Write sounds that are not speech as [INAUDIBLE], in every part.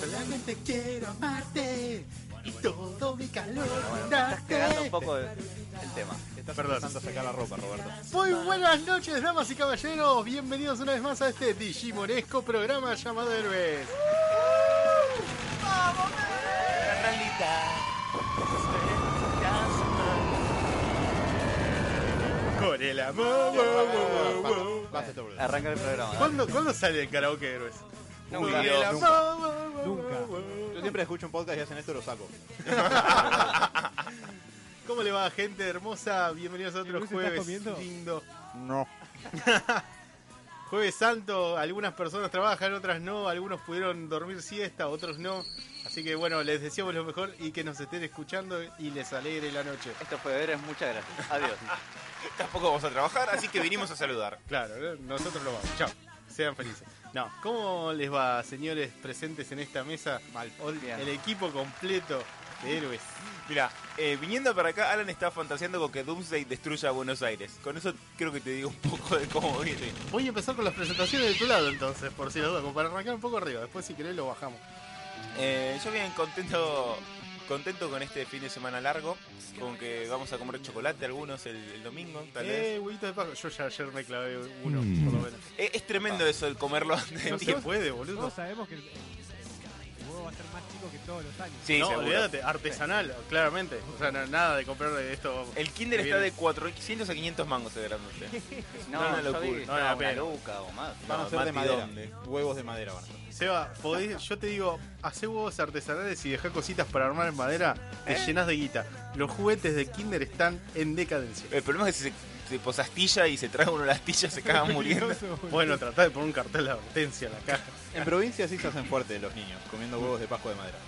Solamente quiero amarte y todo mi calor Bueno, te estás quedando un darte. poco el, el tema. Te Estás Perdón. empezando a sacar la ropa, Roberto. Muy buenas noches, damas y caballeros. Bienvenidos una vez más a este Digimonesco programa llamado Héroes. La realidad. Con el amor. Arranca el programa. dale. ¿Cuándo, ¿Cuándo sale el karaoke de héroes? Nunca. Con el Nunca. amor. Yo siempre escucho un podcast y hacen esto y lo saco. ¿Cómo le va, gente hermosa? Bienvenidos a otro Luis, ¿estás jueves comiendo? lindo. No. [LAUGHS] Jueves Santo, algunas personas trabajan, otras no, algunos pudieron dormir siesta, otros no. Así que bueno, les deseamos lo mejor y que nos estén escuchando y les alegre la noche. Esto fue Veres, muchas gracias. [LAUGHS] Adiós. Tampoco vamos a trabajar, así que vinimos a saludar. Claro, ¿eh? nosotros lo vamos. Chao. Sean felices. No, ¿cómo les va, señores presentes en esta mesa? Mal. Ol- Bien. El equipo completo de héroes. Mira, eh, viniendo para acá, Alan está fantaseando con que Doomsday destruya Buenos Aires. Con eso creo que te digo un poco de cómo viene. Voy a empezar con las presentaciones de tu lado entonces, por si lo dudas, como para arrancar un poco arriba. Después si querés lo bajamos. Eh, yo bien contento contento con este fin de semana largo, con que vamos a comer chocolate algunos el, el domingo, tal vez. Eh, huevito de paja. Yo ya ayer me clavé uno, Mm. por lo menos. Eh, es tremendo eso, el comerlo antes del Ah. No se tiempo. puede, boludo. Todos sabemos que el, el huevo va a ser más chico que todos los años. Sí, no, seguro. olvídate, artesanal, claramente. O sea, no- nada de comprar de esto. El Kinder que está de viene. 400 a 500 mangos de grande. [LAUGHS] No, No, no, yo locura. vi que No, no, estaba una pero- luca o más. Van No, a ser de Mati, madera. ¿dónde? eh. Huevos de madera van a ser. Seba, podés- yo te digo, hacé huevos artesanales y dejá cositas para armar en madera, te ¿Eh? llenas de guita. Los juguetes de Kinder están en decadencia. El problema es que si se, se posastilla y se traga uno la astilla, [LAUGHS] se caga muriendo. Peligroso, boludo. Bueno, tratá de poner un cartel de advertencia en la caja. En provincia sí se hacen fuertes los niños, comiendo huevos de pascua de madera.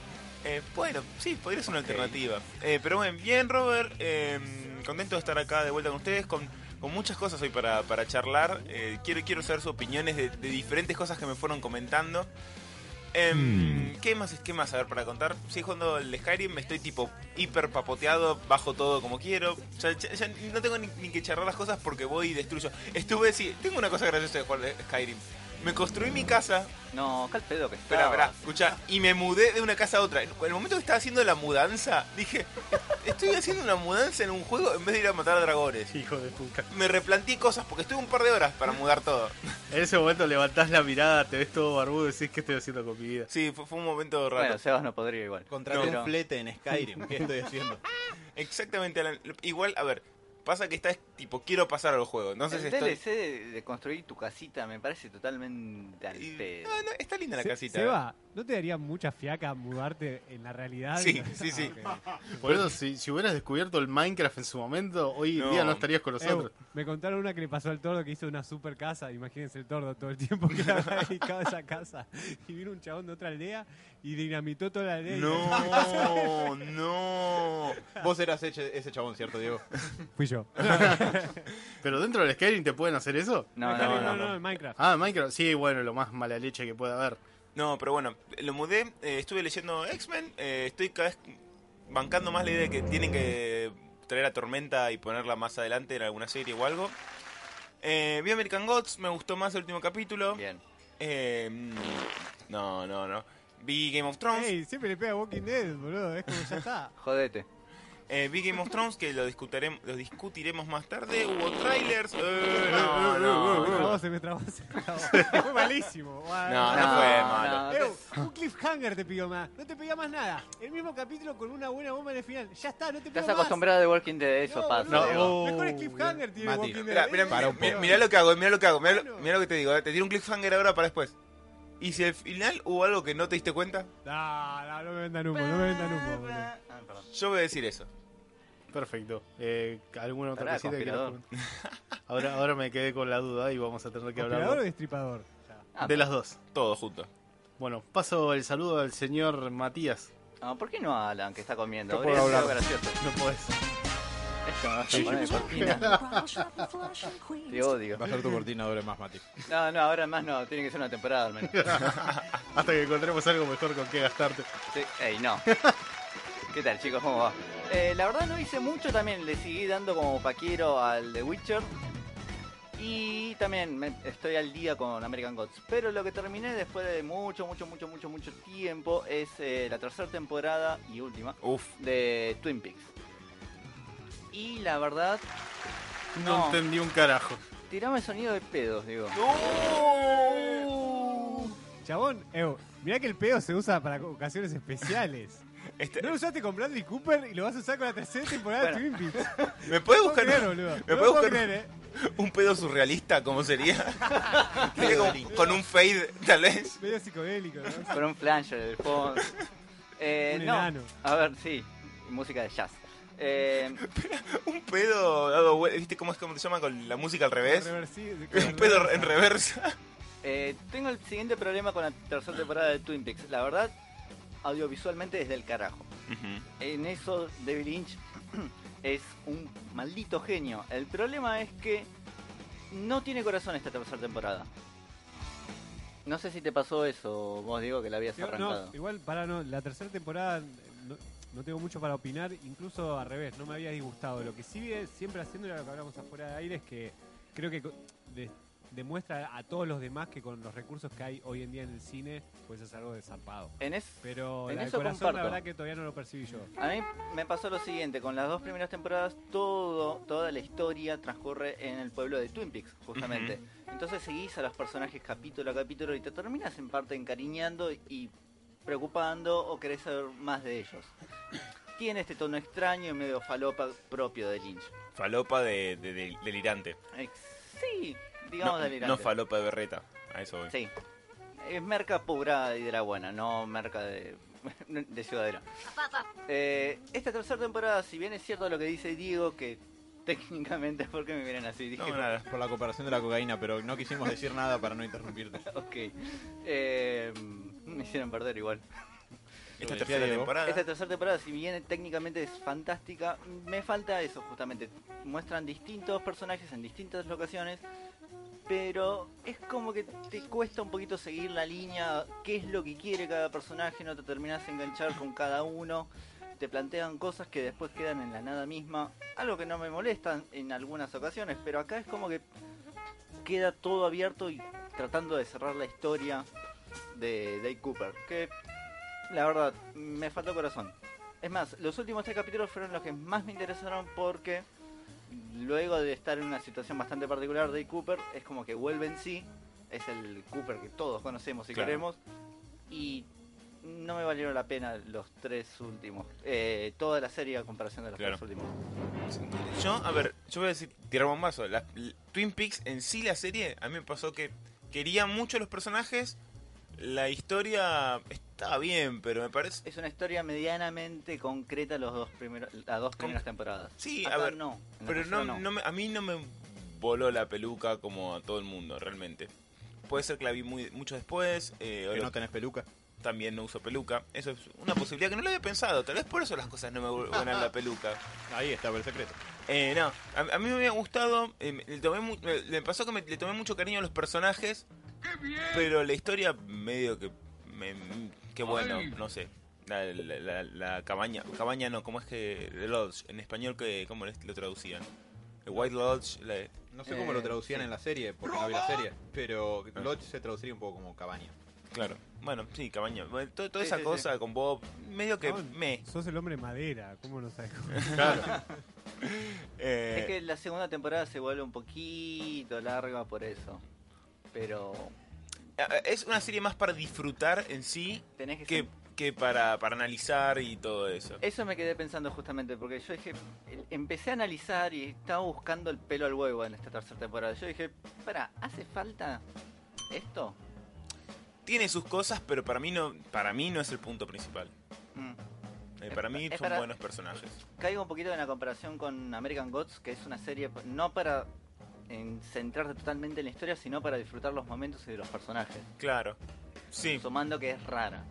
Eh, bueno, sí, podría ser una alternativa. Eh, pero bueno, bien, Robert. eh, contento de estar acá de vuelta con ustedes. Con, con muchas cosas hoy para, para charlar. Eh, quiero, quiero saber sus opiniones de, de diferentes cosas que me fueron comentando. Em, ¿Qué más es qué más a ver para contar? Sigo jugando el Skyrim, me estoy tipo hiper papoteado, bajo todo como quiero. Ya, ya- ya no tengo ni, ni que charlar las cosas porque voy y destruyo. Estuve, sí, tengo una cosa graciosa de jugar de Skyrim. Me construí mi casa No, cal pedo que Espera, estaba. espera, escucha, y me mudé de una casa a otra. En el momento que estaba haciendo la mudanza, dije, estoy haciendo una mudanza en un juego en vez de ir a matar dragones. [LAUGHS] Hijo de puta. Me replanteé cosas porque estuve un par de horas para mudar todo. En ese momento levantás la mirada, te ves todo barbudo y decís, ¿qué estoy haciendo con mi vida? Sí, fue, fue un momento raro. Bueno, Sebas no podría igual. Contraté Pero- un flete en Skyrim. ¿Qué estoy haciendo? Exactamente, Alan. igual, a ver, pasa que está es tipo, quiero pasar al juego. No sé El si DLC estoy... de, de construir tu casita me parece totalmente al y- pedo. No, no, está linda la Se- casita. Seba, ¿no te daría mucha fiaca mudarte en la realidad? Sí, sí, sí. Ah, ok. Por eso, si, si hubieras descubierto el Minecraft en su momento, hoy No. Eh, día no estarías con nosotros. Eu, me contaron una que le pasó al tordo que hizo una super casa. Imagínense el tordo todo el tiempo que le había dedicado a esa casa. Y vino un chabón de otra aldea y dinamitó toda la aldea. [LAUGHS] y- No, no. Vos eras ese, ese chabón, ¿cierto, Diego? Fui yo. Pero dentro del Skyrim te pueden hacer eso. No, Dale, no, no. en Minecraft. Ah, Minecraft, sí, bueno, lo más mala leche que pueda haber. No, pero bueno, lo mudé, eh, estuve leyendo X-Men, eh, estoy cada vez bancando más la idea de que tienen que traer a Tormenta y ponerla más adelante en alguna serie o algo. Eh, vi American Gods, me gustó más el último capítulo. Bien. Eh, mm, no, no, no. Vi Game of Thrones, Ey, siempre le pega a Walking Dead, boludo. Es como ya está. Jodete. eh, vi Game of Thrones, que lo, discutiremos, lo discutiremos más tarde. Hubo trailers. eh, no, no, Me no. trabó, se me trabó, se me trabó. Fue malísimo. No, no fue malo. Ah, no, Eh, un cliffhanger te pidió más, no te pedía más nada. El mismo capítulo con una buena bomba en el final. Ya está, no te pido Estás más. acostumbrado de Walking Dead, eso No, pasa. boludo, No, Diego. oh. Mejores cliffhanger tiene Mati, Walking Dead. Mirá, mirá, Eh, Para mirá, un poco. mirá lo que hago, mirá lo que hago, mirá, lo- Claro. mirá lo que te digo, eh, te tiro un cliffhanger ahora para después. ¿Y si al final hubo algo que no te diste cuenta? No, no, no me vendan humo, no me vendan humo. boludo. Ah, perdón. Yo voy a decir eso. Perfecto. Eh, ¿Alguna otra Pará, cosita que conspirador. quieras comentar? ahora, ahora me quedé con la duda y vamos a tener que ¿Conspirador o hablar destripador? Ya. ¿eh? Ah, de las dos. Todo junto. Bueno, paso el saludo al señor Matías. Ah, ¿Por qué no a Alan que está comiendo? No puedo Habría sido hablar. gracioso. No podés. Esto me vas a poner de cortina. Te odio. Va a ser tu cortina doble más, Mati. No, no, ahora más no. Tiene que ser una temporada al menos. Hasta que encontremos algo mejor con qué gastarte. Sí, ey, [LAUGHS] no. ¿Qué tal, chicos? ¿Cómo va? Eh, la verdad no hice mucho también. Le seguí dando como paquero al The Witcher. Y también me- estoy al día con American Gods. Pero lo que terminé después de mucho, mucho, mucho, mucho, mucho tiempo es eh, la tercera temporada y última Uf, de Twin Peaks. Y la verdad, No, No. entendí un carajo. tirame sonido de pedos, digo. Chabón, Evo, mirá que el pedo se usa para [LAUGHS] ocasiones especiales. Este- No lo usaste con Bradley Cooper y lo vas a usar con la tercera temporada Bueno. de Twin Peaks. ¿Me puedes No puedo buscar creer, boludo. No puedes puedo buscar- creer, eh. un pedo surrealista? ¿Cómo sería? [LAUGHS] Sería como- con un fade, tal vez. Medio psicodélico, ¿no? Con un flanger en el [LAUGHS] fondo. Eh, Un no. enano. A ver, sí. Música de jazz. Eh, Un pedo dado vuel- ¿Viste cómo es como se llama con la música al revés? Reversible, [LAUGHS] Un pedo en reversa. [LAUGHS] eh, tengo el siguiente problema con la tercera temporada de Twin Peaks. La verdad, audiovisualmente es del carajo. En eso, David Lynch [CLEARS THROAT] es un maldito genio. El problema es que no tiene corazón esta tercera temporada. No sé si te pasó eso, vos digo que la habías Yo- arrancado. No, igual para no, la tercera temporada no, no tengo mucho para opinar, incluso al revés, no me había disgustado. Lo que sí vi- siempre haciendo era lo que hablamos afuera de aire es que creo que co- de- demuestra a todos los demás que con los recursos que hay hoy en día en el cine puedes hacer algo de zarpado. En es, Pero En la de eso corazón comparto. la verdad que todavía no lo percibí yo. a mí me pasó lo siguiente, con las dos primeras temporadas todo, toda la historia transcurre en el pueblo de Twin Peaks, justamente. Entonces seguís a los personajes capítulo a capítulo y te terminas en parte encariñando y preocupando o querés saber más de ellos. Tiene este tono extraño y medio falopa propio de Lynch. Falopa de, de- de- delirante. Ex- Sí, digamos No, delirante. no falopa de berreta. A eso voy. Sí. Es merca pura y de la buena, no merca de, [LAUGHS] de ciudadela. Eh, esta tercera temporada, si bien es cierto lo que dice Diego, que técnicamente, ¿por qué me miran así? Dije, No, nada. Por la comparación de la cocaína, pero no quisimos decir nada para no interrumpirte. [LAUGHS] ok. Eh, me hicieron perder igual. Lo Esta decía tercera Diego. temporada. Esta tercera temporada, si bien técnicamente es fantástica, me falta eso justamente. Muestran distintos personajes en distintas locaciones, pero es como que te cuesta un poquito seguir la línea, qué es lo que quiere cada personaje, no te terminas de enganchar con cada uno. Te plantean cosas que después quedan en la nada misma, algo que no me molesta en algunas ocasiones, pero acá es como que queda todo abierto y tratando de cerrar la historia de Dave Cooper, que la verdad, me faltó corazón. Es más, los últimos tres capítulos fueron los que más me interesaron porque luego de estar en una situación bastante particular de Cooper, es como que vuelve en sí. Es el Cooper que todos conocemos y Claro. queremos. Y no me valieron la pena los tres últimos. Eh, toda la serie a comparación de los Claro. tres últimos. Yo, a ver, yo voy a decir, tirar bombazo. La, l- Twin Peaks en sí, la serie, a mí me pasó que quería mucho los personajes. La historia estaba bien, pero me parece. Es una historia medianamente concreta los dos primeros, las dos primeras temporadas. Sí, Acá a ver. no. en la Pero tercera no, no me- a mí no me voló la peluca como a todo el mundo, realmente. Puede ser que la vi muy, mucho después. eh, o Que lo- no tenés peluca. también no uso peluca. Eso es una posibilidad que no lo había pensado. Tal vez por eso las cosas no me vuelven la peluca. Ahí está el secreto. Eh, no, a, a mí me había gustado. eh, me- le, tomé mu- me, le pasó que me- le tomé mucho cariño a los personajes. Pero la historia, medio que. me- mm, qué bueno, no sé. La, la- la- la cabaña, cabaña no, ¿cómo es que. The Lodge, en español, que, ¿cómo es- lo traducían? The White Lodge, la- No sé cómo Eh, lo traducían sí. en la serie, porque no vi la serie, pero Lodge se traduciría un poco como cabaña. claro. Bueno, sí, cabaña. Bueno, to- toda Sí, esa sí, cosa con Bob, medio que Chabón, me. Sos el hombre madera, ¿cómo no sabes? [LAUGHS] cómo? Claro. eh, Es que la segunda temporada se vuelve un poquito larga por eso. Pero eh, Es una serie más para disfrutar en sí tenés que... que, que para, para analizar y todo eso. Eso me quedé pensando justamente, porque yo dije, el- empecé a analizar y estaba buscando el pelo al huevo en esta tercera temporada. Yo dije, para, ¿hace falta esto? Tiene sus cosas, pero para mí no, para mí no es el punto principal. Mm. Eh, para mí Es son para- buenos personajes. Caigo un poquito en la comparación con American Gods, que es una serie p- no para en- centrarte totalmente en la historia, sino para disfrutar los momentos y de los personajes. Claro. Sí, Tomando que es rara.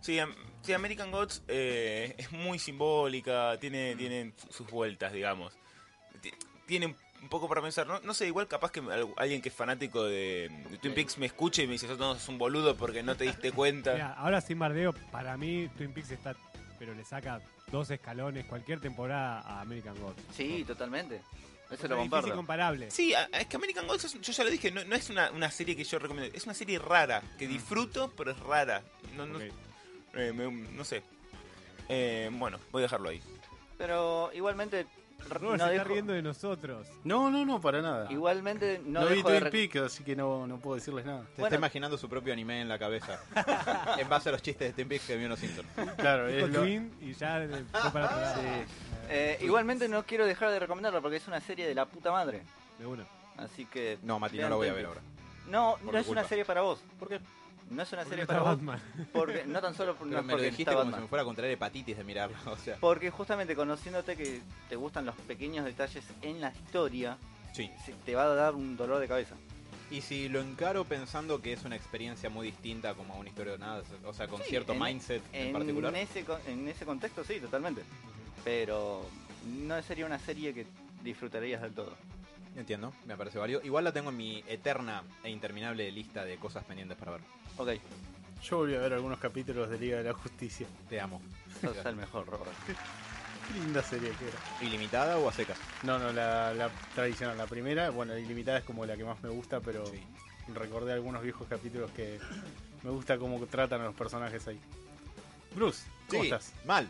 sí, am- sí, American Gods eh, es muy simbólica, Mm. tiene, tiene su- sus vueltas, digamos. Ti- Tiene un- un poco para pensar, no, no sé, igual capaz que al- alguien que es fanático de, de Twin Peaks me escuche y me dice, sos no, sos un boludo porque no te diste cuenta. [LAUGHS] Mirá, ahora sin bardeo, para mí Twin Peaks está, pero le saca dos escalones cualquier temporada a American Gods. Sí, totalmente. Eso lo es difícil comparto. comparable. Sí, a- es que American Gods, es- yo ya lo dije, no, no es una, una serie que yo recomiendo, es una serie rara, que disfruto, pero es rara. No, no, Ok. eh, me- no sé. Eh, bueno, voy a dejarlo ahí. Pero igualmente Robert no se dejo, Ah. está riendo de nosotros. No, no, no, para nada. igualmente no, No, vi dejo de Twin rec- Peaks, así que no, no puedo decirles nada. Se Bueno. está imaginando su propio anime en la cabeza. [LAUGHS] en base a los chistes de Tim Peaks que vio en los Simpsons. [LAUGHS] Claro, Dijo es lo- Twin y ya eh, fue para otro lado. eh, igualmente no quiero dejar de recomendarla porque es una serie de la puta madre. De una. Así que No, Mati, no Vean lo voy a Twin ver Peaks. ahora. no Por no mi es una culpa. serie para vos. ¿Por qué? No es una Porque serie está para vos Batman. porque no tan [LAUGHS] solo por- Pero no, me lo porque dijiste está como Batman. si me fuera a contraer hepatitis de mirarlo. [LAUGHS] O sea, Porque justamente conociéndote que te gustan los pequeños detalles en la historia, sí. se- te va a dar un dolor de cabeza. Y si lo encaro pensando que es una experiencia muy distinta como a una historia de nada, o sea, con Sí, cierto en- mindset en, particular. En ese, con- en ese contexto sí, totalmente. Pero no sería una serie que disfrutarías del todo. Entiendo, me parece válido. Igual la tengo en mi eterna e interminable lista de cosas pendientes para ver. Ok, Yo volví a ver algunos capítulos de Liga de la Justicia. Te amo. sos el mejor, Robert. Qué linda serie que era. ¿Ilimitada o a secas? No, no, la, la tradicional, la primera, bueno, Ilimitada es como la que más me gusta, pero recordé algunos viejos capítulos que me gusta cómo tratan a los personajes ahí. Bruce, ¿cómo Sí, estás? Mal.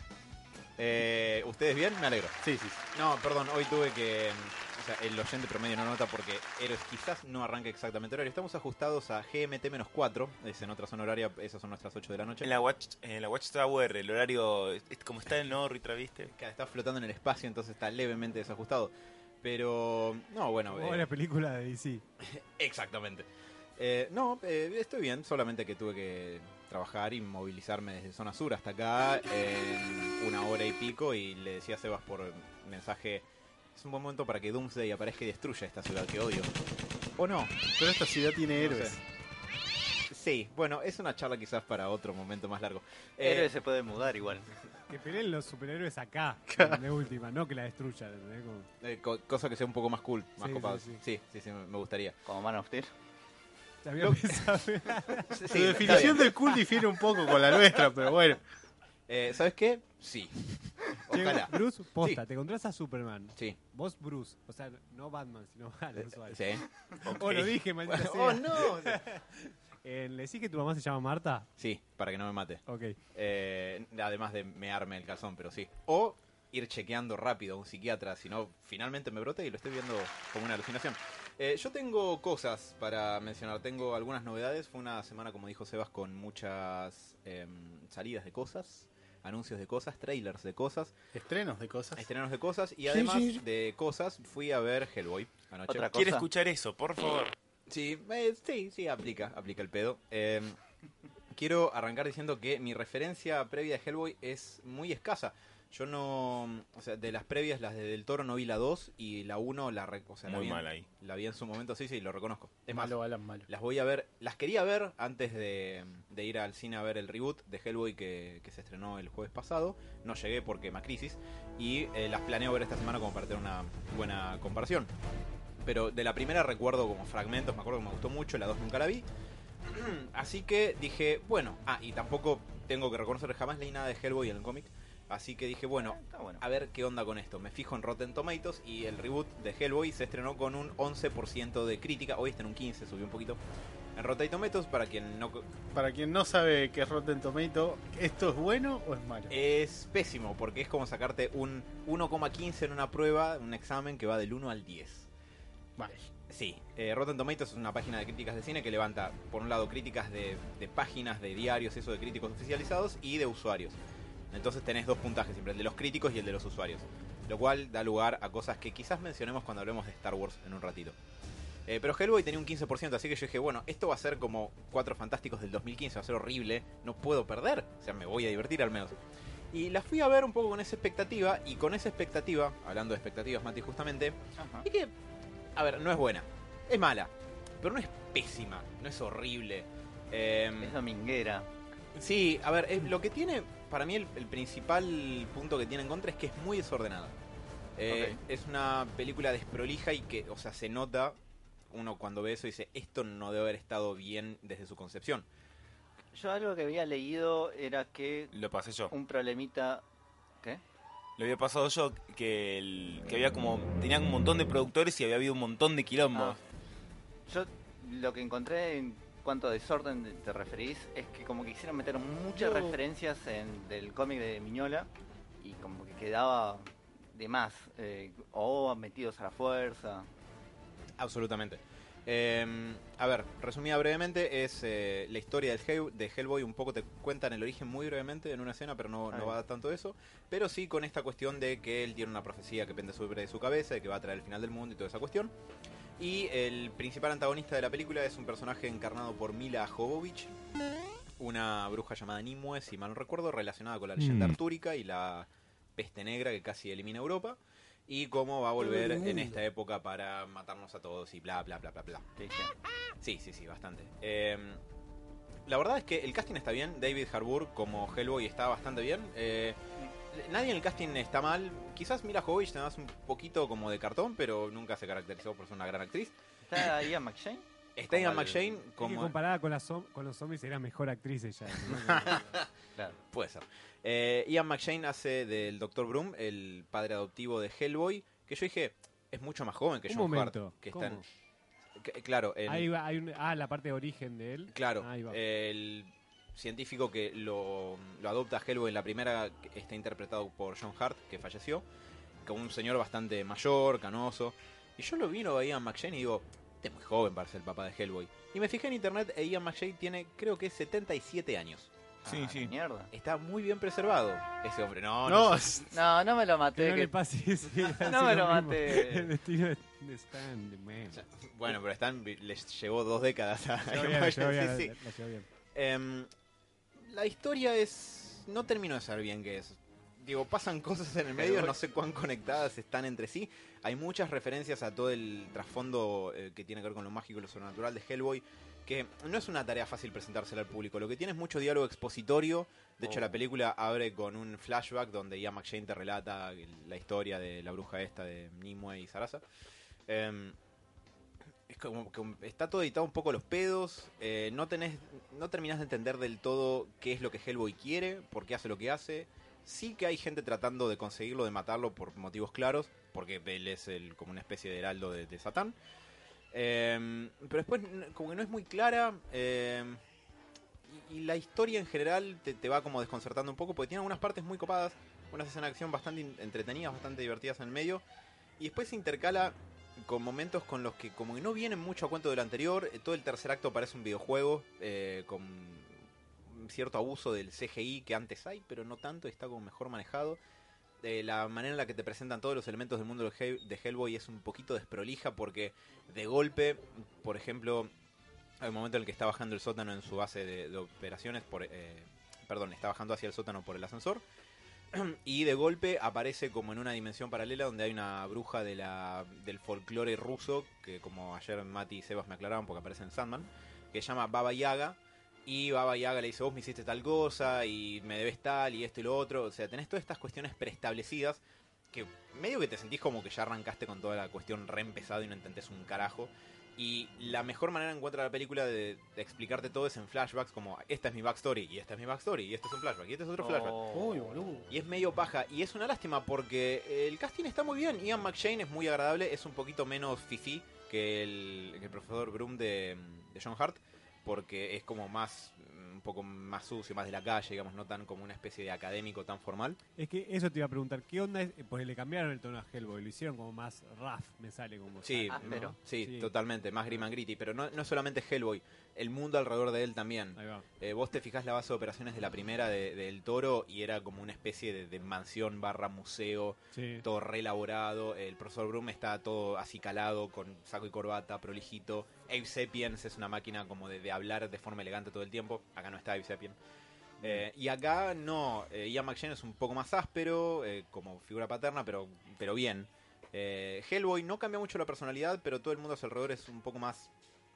Eh, ¿Ustedes bien? Me alegro. Sí, sí. sí. No, perdón, hoy tuve que. O sea, el oyente promedio no nota porque Héroes quizás no arranca exactamente horario. Estamos ajustados a GMT-4, es en otra zona horaria, esas son nuestras 8 de la noche. En la Watch, en la Watch Tower, el horario, es- es como está en órbita, ¿viste? Claro, Está flotando en el espacio, entonces está levemente desajustado. Pero. No, bueno. eh, Como la película de DC. Exactamente. Eh, no, eh, estoy bien, solamente que tuve que trabajar y movilizarme desde zona sur hasta acá en una hora y pico y le decía a Sebas por mensaje, es un buen momento para que Doomsday aparezca y destruya esta ciudad que odio. ¿O no? Pero esta ciudad tiene No héroes. Sí, bueno, es una charla quizás para otro momento más largo. Eh, Héroe se puede mudar igual. Que peleen los superhéroes acá. De última, no que la destruyan. ¿entendés? Como- eh, co- cosa que sea un poco más cool, más Sí, copado. sí, Sí sí. sí. sí, me me [LAUGHS] gustaría. Como Man of Steel. ¿Te había pensado? Sí, Su está definición bien. del cool difiere un poco con la nuestra, [LAUGHS] pero bueno. Eh, ¿Sabes qué? [LAUGHS] Sí. [LAUGHS] Che, Ojalá. Bruce, posta, te encontrás a Superman. Sí. Vos, Bruce. O sea, no Batman, sino Alan Suárez. Eh, Sí. [LAUGHS] Oh, lo dije, maldita sea. Oh, no. [LAUGHS] Eh, ¿Le decís que tu mamá se llama Marta? Sí, para que no me mate. Ok. Eh, además de mearme el calzón, pero sí. O ir chequeando rápido a un psiquiatra, si no, finalmente me brote y lo estoy viendo como una alucinación. Eh, yo tengo cosas para mencionar, tengo algunas novedades. Fue una semana, como dijo Sebas, con muchas em, salidas de cosas, anuncios de cosas, trailers de cosas, Estrenos de cosas. estrenos de cosas y además de cosas fui a ver Hellboy anoche. Otra Quiero cosa. escuchar eso, por favor. Sí, eh, sí, sí, aplica, aplica el pedo. Eh, quiero arrancar diciendo que mi referencia previa de Hellboy es muy escasa. Yo no, o sea, de las previas, las de Del Toro no vi la 2 y la 1 la, re- o sea, la Muy vi en- mal ahí. la vi en su momento, sí, sí, lo reconozco. Es Es más, malo, Alan, malo. las voy a ver, las quería ver antes de, de ir al cine a ver el reboot de Hellboy que, que se estrenó el jueves pasado. No llegué porque macrisis. Y eh, las planeo ver esta semana como para tener una buena comparación. Pero de la primera recuerdo como fragmentos, me acuerdo que me gustó mucho, la dos nunca la vi. [CLEARS THROAT] Así que dije, bueno, ah, y tampoco tengo que reconocer, jamás leí nada de Hellboy en el cómic. Así que dije, bueno, Está bueno. a ver qué onda con esto. Me fijo en Rotten Tomatoes y el reboot de Hellboy se estrenó con un 11% de crítica. Hoy está en un 15, subió un poquito. En Rotten Tomatoes, para quien no... co- Para quien no sabe qué es Rotten Tomato, ¿esto es bueno o es Eh, malo? Es pésimo, porque es como sacarte un 1,15 en una prueba, un examen que va del 1 al 10. Vale. Sí, eh, Rotten Tomatoes es una página de críticas de cine que levanta, por un lado, críticas de, de páginas, de diarios, eso de críticos oficializados y de usuarios. Entonces tenés dos puntajes siempre, el de los críticos y el de los usuarios. Lo cual da lugar a cosas que quizás mencionemos cuando hablemos de Star Wars en un ratito. Eh, pero Hellboy tenía un 15%, así que yo dije, bueno, esto va a ser como Cuatro Fantásticos del 2015, va a ser horrible, no puedo perder, o sea, me voy a divertir al menos. Y la fui a ver un poco con esa expectativa, y con esa expectativa, hablando de expectativas, Mati, justamente, Ajá. y que, a ver, no es buena. Es mala. Pero no es pésima. No es horrible. Em, Es dominguera. sí, a ver, es- lo que tiene, para mí el, el principal punto que tiene en contra es que es muy desordenada. Eh, Es una película desprolija y que, o sea, se nota, uno cuando ve eso dice, esto no debe haber estado bien desde su concepción. Yo algo que había leído era que Lo pasé yo. un problemita... ¿Qué? Lo había pasado yo que, el- que había como. Tenían un montón de productores y había habido un montón de quilombos. Yo lo que encontré en cuanto a desorden de- te referís es que como que quisieron meter muchas No. referencias en, del cómic de Miñola y como que quedaba de más eh, o metidos a la fuerza. Absolutamente. Eh, a ver, resumida brevemente, es eh, la historia del Hell- de Hellboy. Un poco te cuentan el origen muy brevemente en una escena, pero no, no Ahí. va tanto eso. Pero sí con esta cuestión de que él tiene una profecía que pende sobre su cabeza, de que va a traer el final del mundo y toda esa cuestión. Y el principal antagonista de la película es un personaje encarnado por Mila Jovovich, una bruja llamada Nimue, si mal no recuerdo, relacionada con la leyenda Mm. artúrica y la peste negra que casi elimina a Europa. Y cómo va a volver en esta época para matarnos a todos y bla, bla, bla, bla, bla. Te dije, Sí, sí, sí, bastante. Eh, la verdad es que el casting está bien. David Harbour como Hellboy está bastante bien. Eh, nadie en el casting está mal. Quizás Mila Jovovich nada más un poquito como de cartón, pero nunca se caracterizó por ser una gran actriz. ¿Está Ian McShane? Está Ian Como el- McShane Es que como... comparada con, las zom- con los zombies era mejor actriz ella. Claro. Puede ser. Eh, Ian McShane hace del Dr. Broom, el padre adoptivo de Hellboy, que yo dije, es mucho más joven [LAUGHS] que Un John momento. Hart. Que está en- ¿Cómo? que- eh, claro, en- Ahí va, hay un- ah, la parte de origen de él. Claro, Ahí va. el científico que lo, lo adopta a Hellboy en la primera que está interpretado por John Hart, que falleció, con un señor bastante mayor, canoso. Y yo lo vi, lo veía a McShane y digo, este es muy joven para ser el papá de Hellboy. Y me fijé en internet e Ian McShane tiene, creo que 77 años. Sí, Ah, sí. Mierda. Está muy bien preservado ese hombre. No, no. No, sé. No, no me lo Que maté. no que- le pase sí, iba a decir [LAUGHS] No me lo mismo. maté. [LAUGHS] El destino de, de Stan, de man. Ya, Bueno, pero Stan vi- les llevó dos décadas a [LAUGHS] Lleva bien, Ian lleva McShane, bien, sí, sí. la- la lleva bien. Em, la historia es. No termino de saber bien qué es. Digo, pasan cosas en el medio, no sé cuán conectadas están entre sí. Hay muchas referencias a todo el trasfondo eh, que tiene que ver con lo mágico y lo sobrenatural de Hellboy, que no es una tarea fácil presentársela al público. Lo que tiene es mucho diálogo expositorio. De hecho, Oh. la película abre con un flashback donde Ian McShane te relata el- la historia de la bruja esta de Nimue y Sarasa. Em, es como que un- está todo editado un poco a los pedos. eh, no tenés, no terminás de entender del todo qué es lo que Hellboy quiere, por qué hace lo que hace. Sí que hay gente tratando de conseguirlo, de matarlo por motivos claros, porque él es el, como una especie de heraldo de, de Satán. Eh, pero después n- como que no es muy clara. eh, y, y la historia en general te, te va como desconcertando un poco, porque tiene algunas partes muy copadas, unas escenas de acción bastante in- entretenidas, bastante divertidas en el medio. Y después se intercala con momentos con los que como que no vienen mucho a cuento del anterior, eh, todo el tercer acto parece un videojuego eh, con un cierto abuso del CGI que antes hay, pero no tanto, está como mejor manejado. Eh, la manera en la que te presentan todos los elementos del mundo de Hell- de Hellboy es un poquito desprolija porque de golpe, por ejemplo, hay un momento en el que está bajando el sótano en su base de, de operaciones, por, eh, perdón, está bajando hacia el sótano por el ascensor y de golpe aparece como en una dimensión paralela donde hay una bruja de la, del folclore ruso, que como ayer Mati y Sebas me aclaraban porque aparece en Sandman, que se llama Baba Yaga. Y Baba Yaga le dice, vos me hiciste tal cosa y me debes tal y esto y lo otro. O sea, tenés todas estas cuestiones preestablecidas que medio que te sentís como que ya arrancaste con toda la cuestión re empezado y no entendés un carajo. Y la mejor manera en encuentra la película de, de explicarte todo es en flashbacks como esta es mi backstory y esta es mi backstory y este es un flashback y este es otro flashback. Oh. Uy, boludo. Y es medio paja. Y es una lástima porque el casting está muy bien. Ian McShane es muy agradable. Es un poquito menos fifi que el, que el profesor Broom de, de John Hart. Porque es como más. mm, Un poco más sucio, más de la calle, digamos. No tan como una especie de académico tan formal. Es que eso te iba a preguntar, ¿qué onda es? Pues le cambiaron el tono a Hellboy, lo hicieron como más rough, me sale como. Sí, ¿no? áspero. Sí, totalmente. Más grim and gritty. Pero no, no solamente Hellboy. El mundo alrededor de él también. Ahí va. Eh, vos te fijás la base de operaciones de la primera de, de El Toro. Y era como una especie de- de mansión barra museo. Sí. todo reelaborado. El profesor Broom está todo así calado, con saco y corbata, prolijito. Abe Sapiens es una máquina como de, de hablar de forma elegante todo el tiempo. Acá no está Abe Sapiens. Eh, y acá no, eh, Ian McShane es un poco más áspero, eh, como figura paterna, pero, pero bien. Eh, Hellboy no cambia mucho la personalidad, pero todo el mundo a su alrededor es un poco más,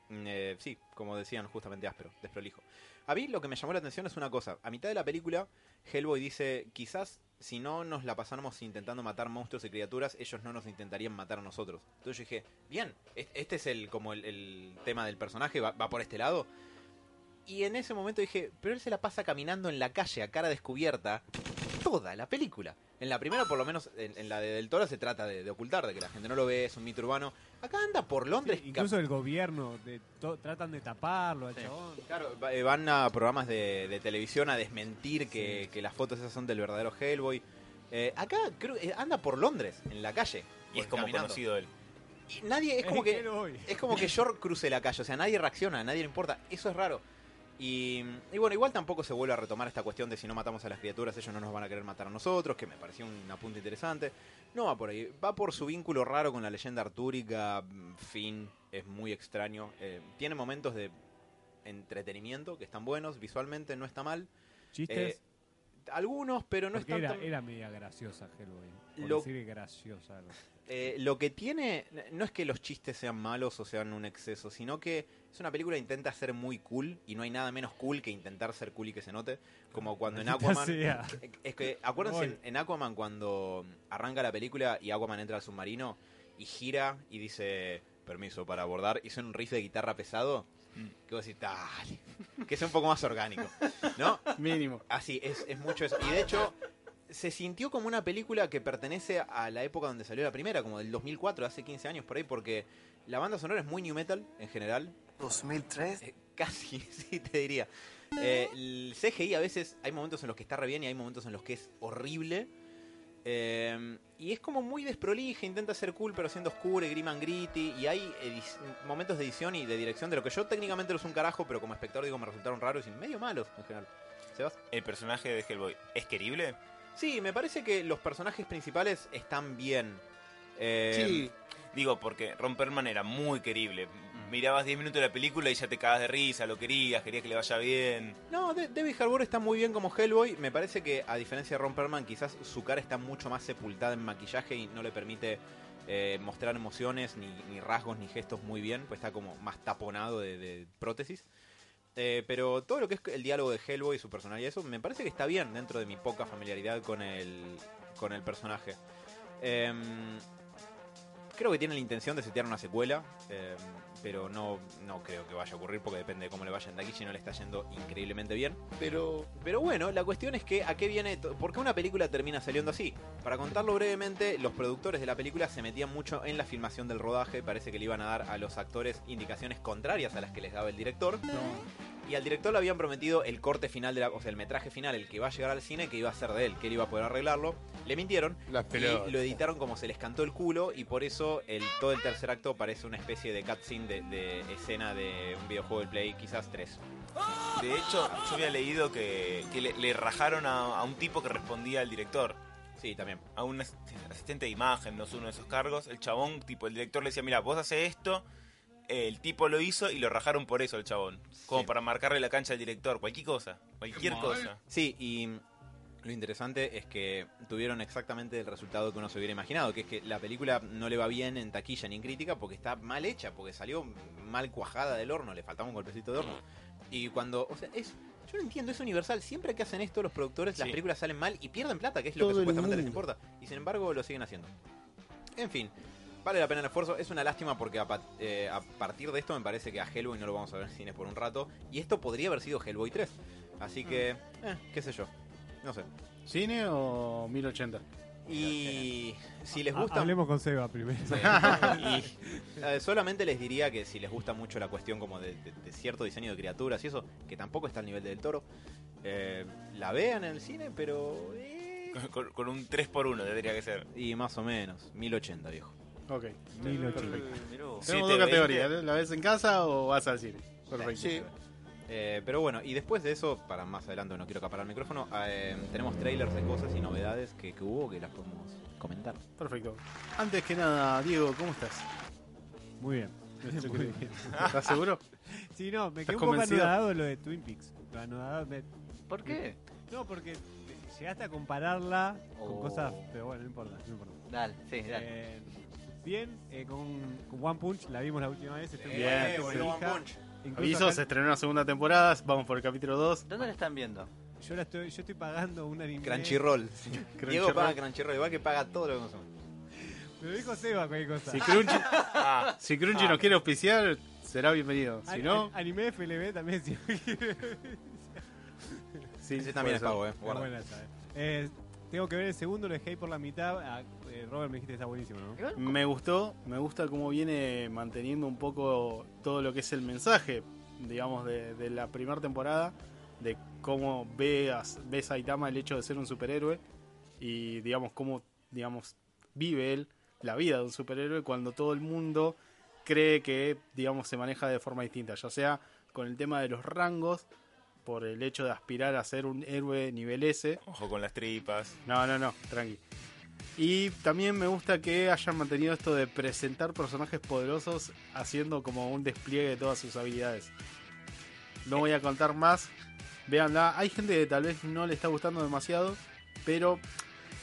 mm, eh, sí, como decían, justamente áspero, desprolijo. A mí lo que me llamó la atención es una cosa. A mitad de la película, Hellboy dice, quizás si no nos la pasáramos intentando matar monstruos y criaturas, ellos no nos intentarían matar a nosotros. Entonces yo dije, bien, es- este es el como el, el tema del personaje, va, va por este lado. Y en ese momento dije, pero él se la pasa caminando en la calle a cara descubierta, toda la película. En la primera, por lo menos, en, en la de Del Toro se trata de, de ocultar, de que la gente no lo ve, es un mito urbano. Acá anda por Londres. Sí, incluso el gobierno de to- tratan de taparlo al Sí. chabón. Claro, va- eh, van a programas de, de televisión a desmentir que, que las fotos esas son del verdadero Hellboy. Eh, acá creo que anda por Londres, en la calle. Y es por- como caminando. conocido él. Y nadie, es como Eh, que quiero hoy. es como que yo cruce la calle, o sea, nadie reacciona, a nadie le importa, eso es raro. Y, y bueno, igual tampoco se vuelve a retomar esta cuestión de si no matamos a las criaturas, ellos no nos van a querer matar a nosotros, que me pareció un apunte interesante. No va por ahí, va por su vínculo raro con la leyenda artúrica, mm, fin, es muy extraño. Eh, tiene momentos de entretenimiento que están buenos, visualmente no está mal. Chistes. Eh, algunos, pero no porque están era, tan... era media graciosa Hellboy. Por Lo- decir graciosa. algo. Eh, lo que tiene, no es que los chistes sean malos o sean un exceso, sino que es una película que intenta ser muy cool y no hay nada menos cool que intentar ser cool y que se note. Como [LAUGHS] cuando en Maldita Aquaman. Eh, sea. Es que, acuérdense, Voy. en, en Aquaman cuando arranca la película y Aquaman entra al submarino y gira y dice, permiso para abordar, hizo un riff de guitarra pesado. Mm. Que vos decís, dale, [LAUGHS] que sea un poco más orgánico, ¿no? Mínimo. Así, es, es mucho eso. Y de hecho, se sintió como una película que pertenece a la época donde salió la primera, como del 2004, hace 15 años por ahí, porque la banda sonora es muy new metal en general. 2003. Eh, Casi, [LAUGHS] sí, te diría. Eh, el CGI a veces hay momentos en los que está re bien y hay momentos en los que es horrible. Eh, y es como muy desprolija, intenta ser cool, pero siendo oscura y grim and gritty. Y hay edic- momentos de edición y de dirección de lo que yo técnicamente lo es un carajo, pero como espectador digo me resultaron raros y medio malos en general. ¿Sebas? El personaje de Hellboy es querible. Sí, me parece que los personajes principales están bien. Eh, sí. Digo, porque Ron Perlman era muy querible. Mirabas 10 minutos de la película y ya te cagabas de risa, lo querías, querías que le vaya bien. No, De- David Harbour está muy bien como Hellboy. Me parece que, a diferencia de Ron Perlman, quizás su cara está mucho más sepultada en maquillaje y no le permite eh, mostrar emociones, ni, ni rasgos, ni gestos muy bien, pues está como más taponado de, de prótesis. Eh, pero todo lo que es el diálogo de Hellboy y su personalidad, eso me parece que está bien dentro de mi poca familiaridad con el, con el personaje. Em, creo que tiene la intención de setear una secuela, em, pero no, no creo que vaya a ocurrir porque depende de cómo le vaya en Takichi, no le está yendo increíblemente bien. Pero, pero bueno, la cuestión es que a qué viene, to- por qué una película termina saliendo así. Para contarlo brevemente, los productores de la película se metían mucho en la filmación del rodaje, parece que le iban a dar a los actores indicaciones contrarias a las que les daba el director. Y al director le habían prometido el corte final, de la, o sea, el metraje final, el que va a llegar al cine, que iba a ser de él, que él iba a poder arreglarlo. Le mintieron La y lo editaron como se les cantó el culo y por eso el, todo el tercer acto parece una especie de cutscene de, de escena de un videojuego del Play, quizás tres. De hecho, yo había leído que, que le, le rajaron a, a un tipo que respondía al director. Sí, también. A un as- asistente de imagen, no sé, uno de esos cargos. El chabón, tipo, el director le decía, mira, vos haces esto. El tipo lo hizo y lo rajaron por eso al chabón. Como Sí. para marcarle la cancha al director. Cualquier cosa. Cualquier cosa. Sí, y lo interesante es que tuvieron exactamente el resultado que uno se hubiera imaginado, que es que la película no le va bien en taquilla ni en crítica porque está mal hecha, porque salió mal cuajada del horno, le faltaba un golpecito de horno. Y cuando, o sea, es, yo no entiendo, es universal, siempre que hacen esto los productores, las Sí. películas salen mal y pierden plata, que es lo Todo que el supuestamente les mundo. importa, y sin embargo lo siguen haciendo. En fin, vale la pena el esfuerzo, es una lástima porque a, pa- eh, a partir de esto me parece que a Hellboy no lo vamos a ver en cines por un rato, y esto podría haber sido Hellboy 3. Así que, Mm. eh, qué sé yo. No sé. ¿Cine o 1080? eh, Y si les ah, Ha- gusta... eh, Hablemos con Seba primero. [LAUGHS] y, eh, solamente les diría que si les gusta mucho la cuestión como de, de- de cierto diseño de criaturas y eso, que tampoco está al nivel del toro, eh, la vean en el cine, pero... eh, Con- Con, con un 3x1 tendría que ser. y más o menos, 1080 viejo. Ok. 1080. Tenemos 720. dos categorías. ¿eh? ¿La ves en casa o vas al cine? Perfecto. Sí. Eh, pero bueno, y después de eso, para más adelante, no quiero acaparar el micrófono, eh, tenemos trailers de cosas y novedades que, que hubo que las podemos comentar. Perfecto. Antes que nada, Diego, ¿cómo estás? Muy bien. Eso Muy creo. bien. [LAUGHS] ¿Estás seguro? Sí, no, me ¿Estás quedé un poco convencido? anodado lo de Twin Peaks. Lo anodado me- ¿Por qué? No, porque llegaste a compararla con Oh. cosas, pero bueno, no importa. No importa. Dale, sí, dale. Eh, bien, eh, con, con One Punch, la vimos la última vez. estuvo Bien, bastante sí. buena hija. Incluso Aviso, acá- se estrenó la segunda temporada. Vamos por el capítulo 2. ¿Dónde la están viendo? yo, la estoy, yo estoy pagando un anime. Crunchyroll. [LAUGHS] Diego Crunchyroll. paga Crunchyroll, igual que paga todo lo que consume. Me lo dijo Seba cualquier cosa. Si Crunchy, [LAUGHS] Ah, si Crunchy nos quiere auspiciar, será bienvenido. A- Si no, a- Ah, anime FLB también, [LAUGHS] si no quiere. sí, Ese también es puede ser. pago, eh. Está guarda. buena esa, eh. Eh, Tengo que ver el segundo, lo dejé ahí por la mitad. Ah, eh, Robert me dijiste que está buenísimo, ¿no? Igual, Me gustó, me gusta cómo viene manteniendo un poco todo lo que es el mensaje, digamos, de, de la primera temporada, de cómo ve a, ve Saitama el hecho de ser un superhéroe y, digamos, cómo, digamos, vive él la vida de un superhéroe cuando todo el mundo cree que, digamos, se maneja de forma distinta, ya sea con el tema de los rangos, por el hecho de aspirar a ser un héroe nivel S, Ojo con las tripas. no, no, no, tranqui. Y también me gusta que hayan mantenido esto de presentar personajes poderosos haciendo como un despliegue de todas sus habilidades. No voy a contar más. Veanla, hay gente que tal vez no le está gustando demasiado, pero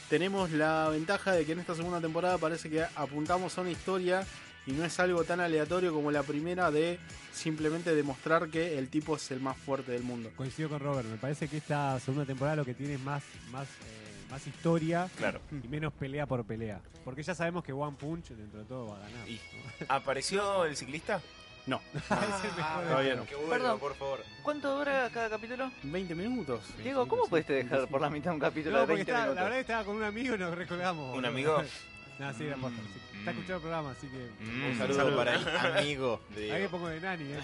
tenemos la ventaja de que en esta segunda temporada parece que apuntamos a una historia y no es algo tan aleatorio como la primera de simplemente demostrar que el tipo es el más fuerte del mundo. Coincido con Robert, me parece que esta segunda temporada lo que tiene es más, más, eh, más historia Claro. y menos pelea por pelea. Porque ya sabemos que One Punch dentro de todo va a ganar. Y- ¿Apareció el ciclista? No, Es el mejor de- todavía no. Que vuelva, Perdón. por favor. ¿Cuánto dura cada capítulo? 20 minutos. Diego, ¿cómo pudiste dejar por la mitad un capítulo No, de porque 20 estaba- la minutos? verdad que estaba con un amigo y nos recolgamos. ¿Un amigo? [LAUGHS] no, sí, era posta, sí. Está Mm. escuchando el programa, así que. Mm. Un saludo para el amigo de Ahí le Diego. pongo de nani, [LAUGHS] eh.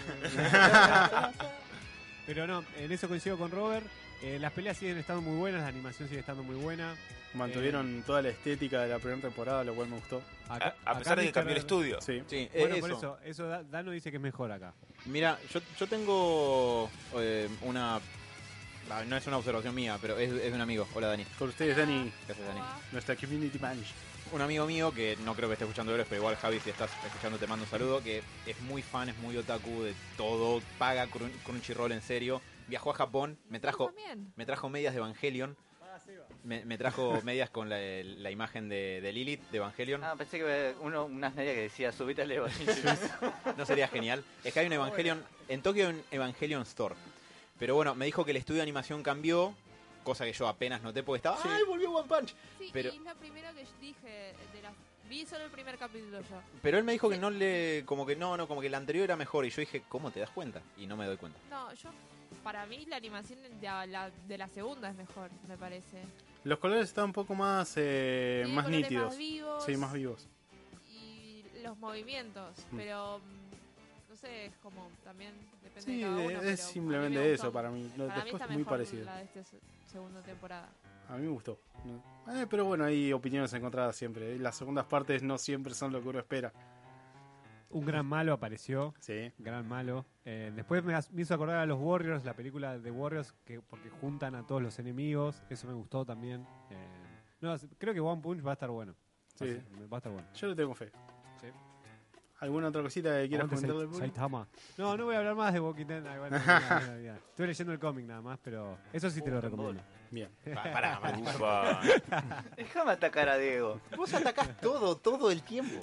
Pero no, en eso coincido con Robert. Eh, las peleas siguen estando muy buenas, la animación sigue estando muy buena. Mantuvieron toda la estética de la primera temporada, lo cual me gustó. A, Acá- a pesar de acá que Mr. cambió el estudio. Sí. Sí, eh, Bueno, eso. por eso, eso Da- Dano dice que es mejor acá. Mira, yo, yo tengo eh, una... ah, No es una observación mía, pero es, es de un amigo. Hola, Dani. Con ustedes, Dani, Gracias, Dani. nuestra community manager. un amigo mío que no creo que esté escuchando Héroes, pero igual Javi, si estás escuchando, te mando un saludo. Que es muy fan, es muy otaku de todo, paga Crun- Crunchyroll en serio. Viajó a Japón, me trajo, También. me trajo medias de Evangelion. Me, me trajo medias con la, la imagen de, de Lilith de Evangelion. Ah, pensé que uno, unas medias que decía subite al Evo. No sería genial. Es que hay un Evangelion. En Tokio hay un Evangelion Store. Pero bueno, me dijo que el estudio de animación cambió. Cosa que yo apenas noté porque estaba. ¡Ay, volvió One Punch! Sí, Pero- y es la primera que dije. De la... Vi solo el primer capítulo yo. Pero él me dijo que no le. Como que no, no, como que el anterior era mejor. Y yo dije, ¿cómo te das cuenta? Y no me doy cuenta. No, yo. Para mí la animación de la, de la segunda es mejor, me parece. Los colores están un poco más, eh, Tiene más colores nítidos. Más vivos, sí, más vivos. Y los movimientos. Mm. Pero. mm, No sé, es como. También depende Sí, de cada de- uno. es pero a mí simplemente me eso gustó. para mí. Lo- Para mí Después está muy mejor parecido. la de esta se- segunda temporada. A mí me gustó. Eh, pero bueno, hay opiniones encontradas siempre. Las segundas partes no siempre son lo que uno espera. Un gran malo apareció. Sí. Gran malo. Eh, después me, as- me hizo acordar a los Warriors, la película de Warriors, que, porque juntan a todos los enemigos. Eso me gustó también. Eh, no, s- creo que One Punch va a estar bueno. Va a Sí. ser- Va a estar bueno. Yo le tengo fe. Sí. ¿Alguna otra cosita que quieras Aguante comentar Sai- del público? Saitama. No, no voy a hablar más de [LAUGHS] Walking Dead. Ay, bueno, mira, mira, mira. Estuve leyendo el cómic nada más, pero eso sí te lo recomiendo. Bien. [LAUGHS] Pará, Ufa. Déjame atacar a Diego. Vos atacás todo, todo el tiempo.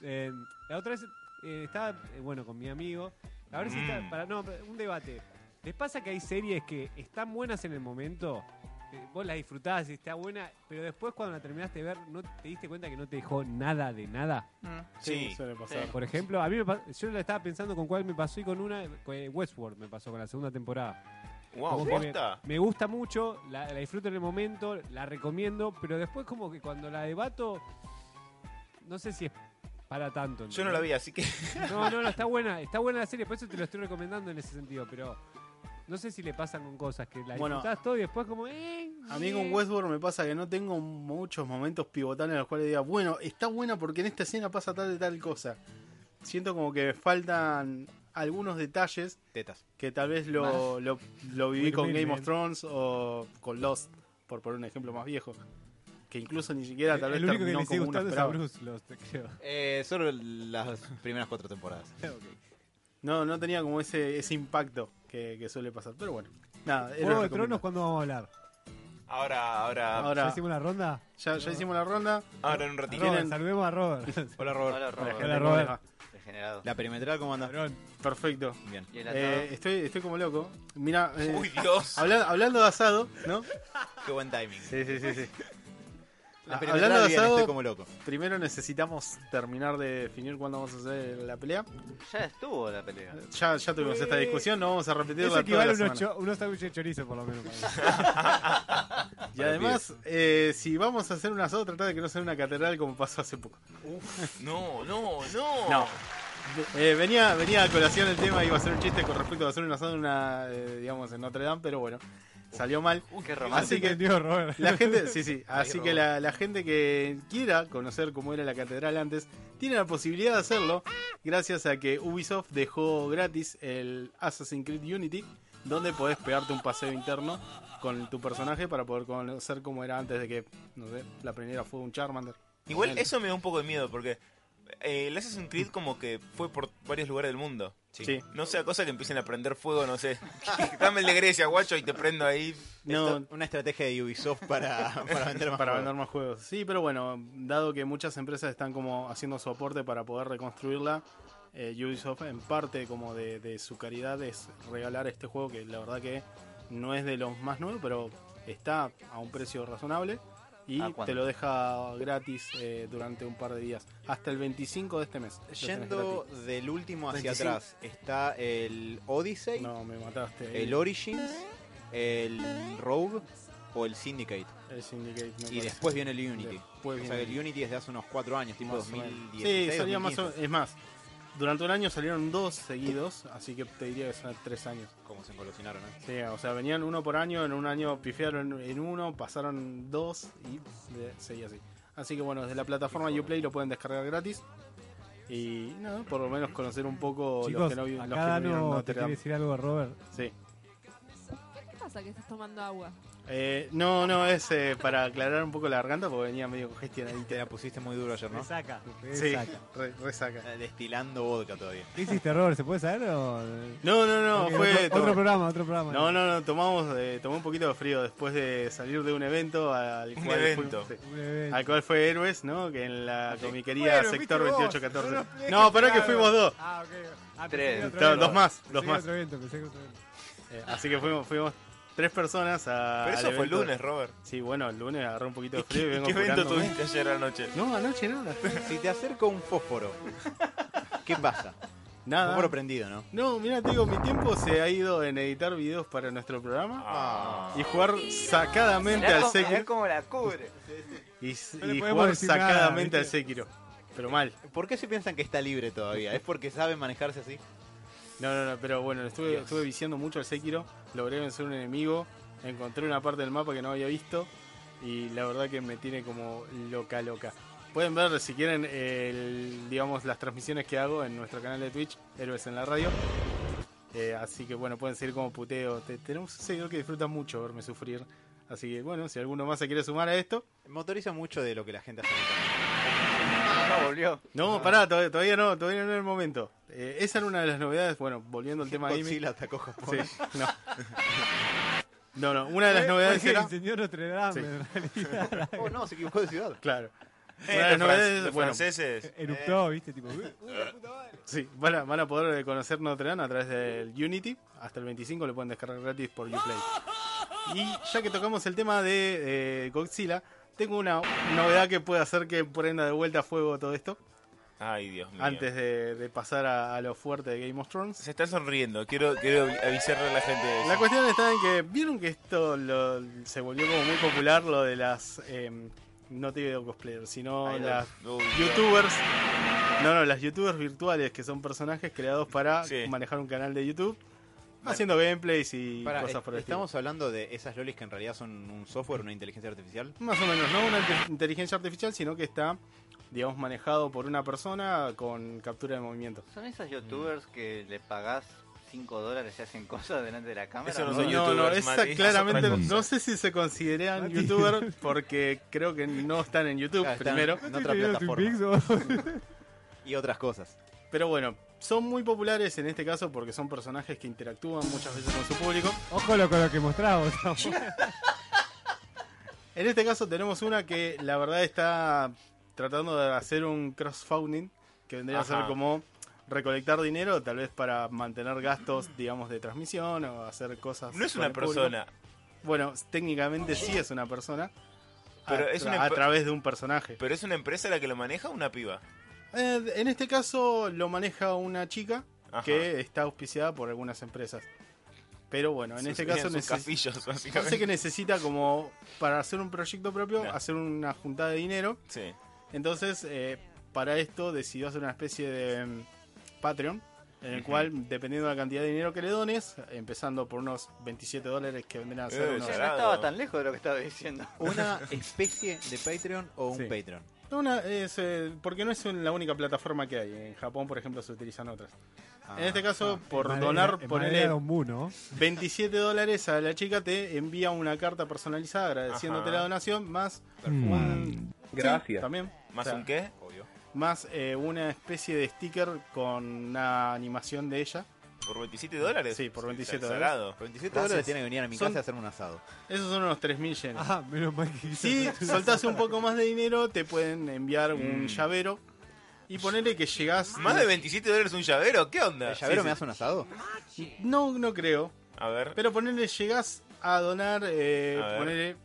Eh, la otra vez eh, estaba, eh, bueno, con mi amigo. A ver si está. Mm. Para, no, pero un debate. ¿Les pasa que hay series que están buenas en el momento? Eh, vos las disfrutás y está buena, pero después cuando la terminaste de ver, ¿no te diste cuenta que no te dejó nada de nada? Sí. suele pasar. Por ejemplo, a mí me pa- yo la estaba pensando con cuál me pasó y con una. con, eh, Westworld me pasó con la segunda temporada. Wow, Como que me, posta. me gusta mucho, la, la disfruto en el momento, la recomiendo, pero después como que cuando la debato, no sé si es para tanto. Yo no la vi, ¿entendés? así que. [LAUGHS] No, no, no, está buena, está buena la serie, por eso te lo estoy recomendando en ese sentido, pero no sé si le pasan con cosas que la Bueno, disfrutás todo y después como, eh, A mí con eh. Westworld me pasa que no tengo muchos momentos pivotales en los cuales diga, bueno, está buena porque en esta escena pasa tal y tal cosa. Siento como que me faltan algunos detalles Tetas. que tal vez lo, lo, lo viví Will con Will, Game man. of Thrones o con Lost, por poner un ejemplo más viejo. Que incluso ni siquiera tal vez el único que terminó le sigue como uno gustando es a esperaba. Bruce, los te creo. Eh, solo las primeras cuatro temporadas. Ok. No, no tenía como ese, ese impacto que, que suele pasar. Pero bueno, nada, era Juego de recomendable. Tronos, ¿cuándo vamos a hablar? Ahora, ahora. ¿Ya Ahora, hicimos la ronda? ya, ya hicimos la ronda. Ahora en un A ratito. Robert, tienen- saludemos [LAUGHS] a Robert. Hola, Hola, Robert. Robert. Hola, ¿Cómo Robert. les va? Degenerado. La perimetral, ¿cómo anda? Cabrón. Perfecto. Bien. Y Eh, el atado. estoy, estoy como loco. eh, Mira, Uy, Dios. Habla- hablando de asado, ¿no? Qué buen timing. Sí, sí, sí, sí. La Ah, perimetral hablando de bien, asado- estoy como loco. Primero necesitamos terminar de definir cuándo vamos a hacer la pelea. Ya estuvo la pelea. Ya, ya tuvimos esta discusión, no vamos a Eso repetirla toda equivale la a unos, semana. cho- unos sándwiches de chorizo, por lo menos. para [LAUGHS] mí. Y además, eh, si vamos a hacer un asado, tratar de que no sea una catedral como pasó hace poco. No, no, no. No. Eh, venía, venía a colación el tema, iba a hacer un chiste con respecto a hacer un asado en una, eh, digamos, en Notre Dame, pero bueno, salió mal. Uy, qué Así romántico. que Entendió, Robert. la gente, sí, sí, así Robert. que la, la gente que quiera conocer cómo era la catedral antes, tiene la posibilidad de hacerlo gracias a que Ubisoft dejó gratis el Assassin's Creed Unity, donde podés pegarte un paseo interno con tu personaje para poder conocer cómo era antes de que, no sé, la primera fue un Charmander. Igual Ponele. eso me da un poco de miedo porque eh, el Assassin's Creed como que fue por varios lugares del mundo. Sí. No sea cosa que empiecen a prender fuego, no sé. [LAUGHS] Dame el de Grecia, guacho, y te prendo ahí. No, Esto- una estrategia de Ubisoft para, [LAUGHS] para vender más para juegos. vender más juegos. Sí, pero bueno, dado que muchas empresas están como haciendo soporte para poder reconstruirla, eh, Ubisoft en parte como de, de su caridad es regalar este juego que la verdad que no es de los más nuevos, pero está a un precio razonable y ¿A cuánto? te lo deja gratis eh, durante un par de días, hasta el 25 de este mes. lo tenés Yendo del último hacia 25. atrás, está el Odyssey, gratis. No, me mataste. el Origins, el Rogue o el Syndicate. el Syndicate. me Y parece. después viene el Unity. Después o sea, viene el Unity es de hace unos 4 años, tipo Más o menos. 2016. Sí, salía más o- 2015. es más. Durante un año salieron dos seguidos, así que te diría que son tres años. Como se engolosinaron, ¿eh? Sí, o sea, venían uno por año, en un año pifiaron en uno, pasaron dos y de- seguía así. Así que bueno, desde la plataforma Uplay lo pueden descargar gratis. Y nada, por lo menos conocer un poco los Chicos, que no, vi- los que acá no vieron Dano te Notre quiere Dame. decir algo, Robert. Sí. ¿Qué pasa que estás tomando agua? Eh, no, no, es eh, para aclarar un poco la garganta porque venía medio Te congestionadita. la pusiste muy duro ayer, ¿no? Resaca. Sí, resaca. re- resaca. Eh, Destilando vodka todavía. ¿Qué hiciste, Robert? ¿Se puede saber o...? No, no, Ok, no, fue... otro, otro programa, otro programa. No, no, no, tomamos, eh, tomé un poquito de frío después de salir de un evento al Un cual, evento. Fue, sí, Un evento. al cual fue Héroes, ¿no? Que en la comiquería Bueno, sector viste vos, 2814. solo- No, pará que fuimos dos. Ah, ok. Ah, pensé Tres. que era otro No, evento. dos más, Pensé dos que era más. otro evento, pensé que era otro evento. Eh, así que fuimos, fuimos tres personas a. Pero eso Ah, al fue el evento. lunes, Robert. Sí, bueno, el lunes agarré un poquito de [LAUGHS] frío y ¿Qué vengo evento curándome. tuviste ayer anoche? No, anoche nada. Si te acerco un fósforo, [LAUGHS] ¿qué pasa? Fósforo Nada. prendido, ¿no? No, mira, te digo, mi tiempo se ha ido en editar videos para nuestro programa y jugar sacadamente Mirá al cómo, mirá Sekiro. cómo la cubre. Y, No le y podemos jugar decir nada, sacadamente al ¿viste? Sekiro. Pero mal. ¿Por qué se piensan que está libre todavía? ¿Es porque saben manejarse así? No, no, no, pero bueno, estuve, Dios. estuve viciando mucho al Sekiro, logré vencer un enemigo, encontré una parte del mapa que no había visto y la verdad que me tiene como loca, loca. Pueden ver si quieren el- digamos las transmisiones que hago en nuestro canal de Twitch, Héroes en la Radio. Eh, así que bueno, pueden seguir como puteo. Te- tenemos un seguidor que disfruta mucho verme sufrir. Así que bueno, si alguno más se quiere sumar a esto. Motoriza mucho de lo que la gente hace. en internet. No volvió. No, pará, todavía, todavía no, todavía no es el momento. Eh, esa era una de las novedades. Bueno, volviendo al tema de anime. Godzilla atacó Japón. Sí, no. No, no, una de las Fue- novedades fue el era. señor Notre Dame, Eh, pues Sí. en realidad. Oh, no, se equivocó de ciudad. Claro. Una Eh, de las los novedades. fran- los bueno, franceses. Eruptó, viste, tipo... "Uy". sí, van a, van a poder conocer Notre Dame a través del Unity. Hasta el 25 lo pueden descargar gratis por Uplay. Y ya que tocamos el tema de eh, Godzilla, tengo una novedad que puede hacer que prenda de vuelta a fuego todo esto. Ay, Dios mío. Antes de, de pasar a, a lo fuerte de Game of Thrones. Se están sonriendo. Quiero, quiero avisarle a la gente de eso. La cuestión está en que vieron que esto lo- se volvió como muy popular, lo de las. em, no te digo cosplayers, sino Idols. las Uy, youtubers. No, no, las youtubers virtuales que son personajes creados para Sí. manejar un canal de YouTube, haciendo gameplays y Pará, cosas est- por el estilo. eh, estamos hablando de esas lolis que en realidad son un software, una inteligencia artificial. Más o menos, no una inte- inteligencia artificial, sino que está, digamos, manejado por una persona con captura de movimiento. ¿Son esas youtubers que le pagás 5 dólares y hacen cosas delante de la cámara? Eso no No, son no, youtubers, esa Mati, es claramente, otra cosa. no sé si se consideran Mati. youtuber porque creo que no están en YouTube Ah, están primero. en otra ¿Viste el video de plataforma Twin Peaks, y otras cosas. Pero bueno, son muy populares en este caso porque son personajes que interactúan muchas veces con su público. o- [LAUGHS] Ojo lo, con lo que mostramos. En este caso tenemos una que la verdad está tratando de hacer un crowdfunding, que vendría a ser Ajá. como recolectar dinero, tal vez para mantener gastos, digamos, de transmisión o hacer cosas. No es con una el público. persona. Bueno, técnicamente sí es una persona. Pero a, es una a empe- través de un personaje. Pero es una empresa la que lo maneja o una piba. Eh, en este caso lo maneja una chica Ajá. que está auspiciada por algunas empresas. Pero bueno, en Sus- este eran caso sus necesita... [LAUGHS] capillos, Parece básicamente. que necesita como para hacer un proyecto propio, No. hacer una juntada de dinero. Sí. Entonces, eh, para esto decidió hacer una especie de mm, Patreon, en el Ujú. cual, dependiendo de la cantidad de dinero que le dones, empezando por unos 27 dólares que vendrán a ser Eh, unos- Yo no Claro. estaba tan lejos de lo que estaba diciendo. ¿Una especie de Patreon o un Sí. Patreon? No, una- es, eh, porque no es un- la única plataforma que hay. En Japón, por ejemplo, se utilizan otras. Ah. en este caso, por Madera- donar, en ponerle Madera Don Bu, ¿no? 27 dólares a la chica, te envía una carta personalizada agradeciéndote Ajá. la donación, más Mm. un... Gracias. también. ¿Más O sea, un qué? Obvio. Más eh, una especie de sticker con una animación de ella. ¿Por 27 dólares? Sí, por 27 Está dólares. salado. Por 27 Gracias. dólares tiene que venir a mi Son- casa a hacerme un asado. Esos son unos 3.000 yenes. Ah, menos mal que [LAUGHS] Si soltás un poco más de dinero, te pueden enviar un Mm. llavero. Y ponele que llegás. ¿Más de 27 dólares un llavero? ¿Qué onda? ¿El llavero sí, me sí. hace un asado? No, no creo. A ver. Pero ponele, llegás a donar. eh, A ver. ponele.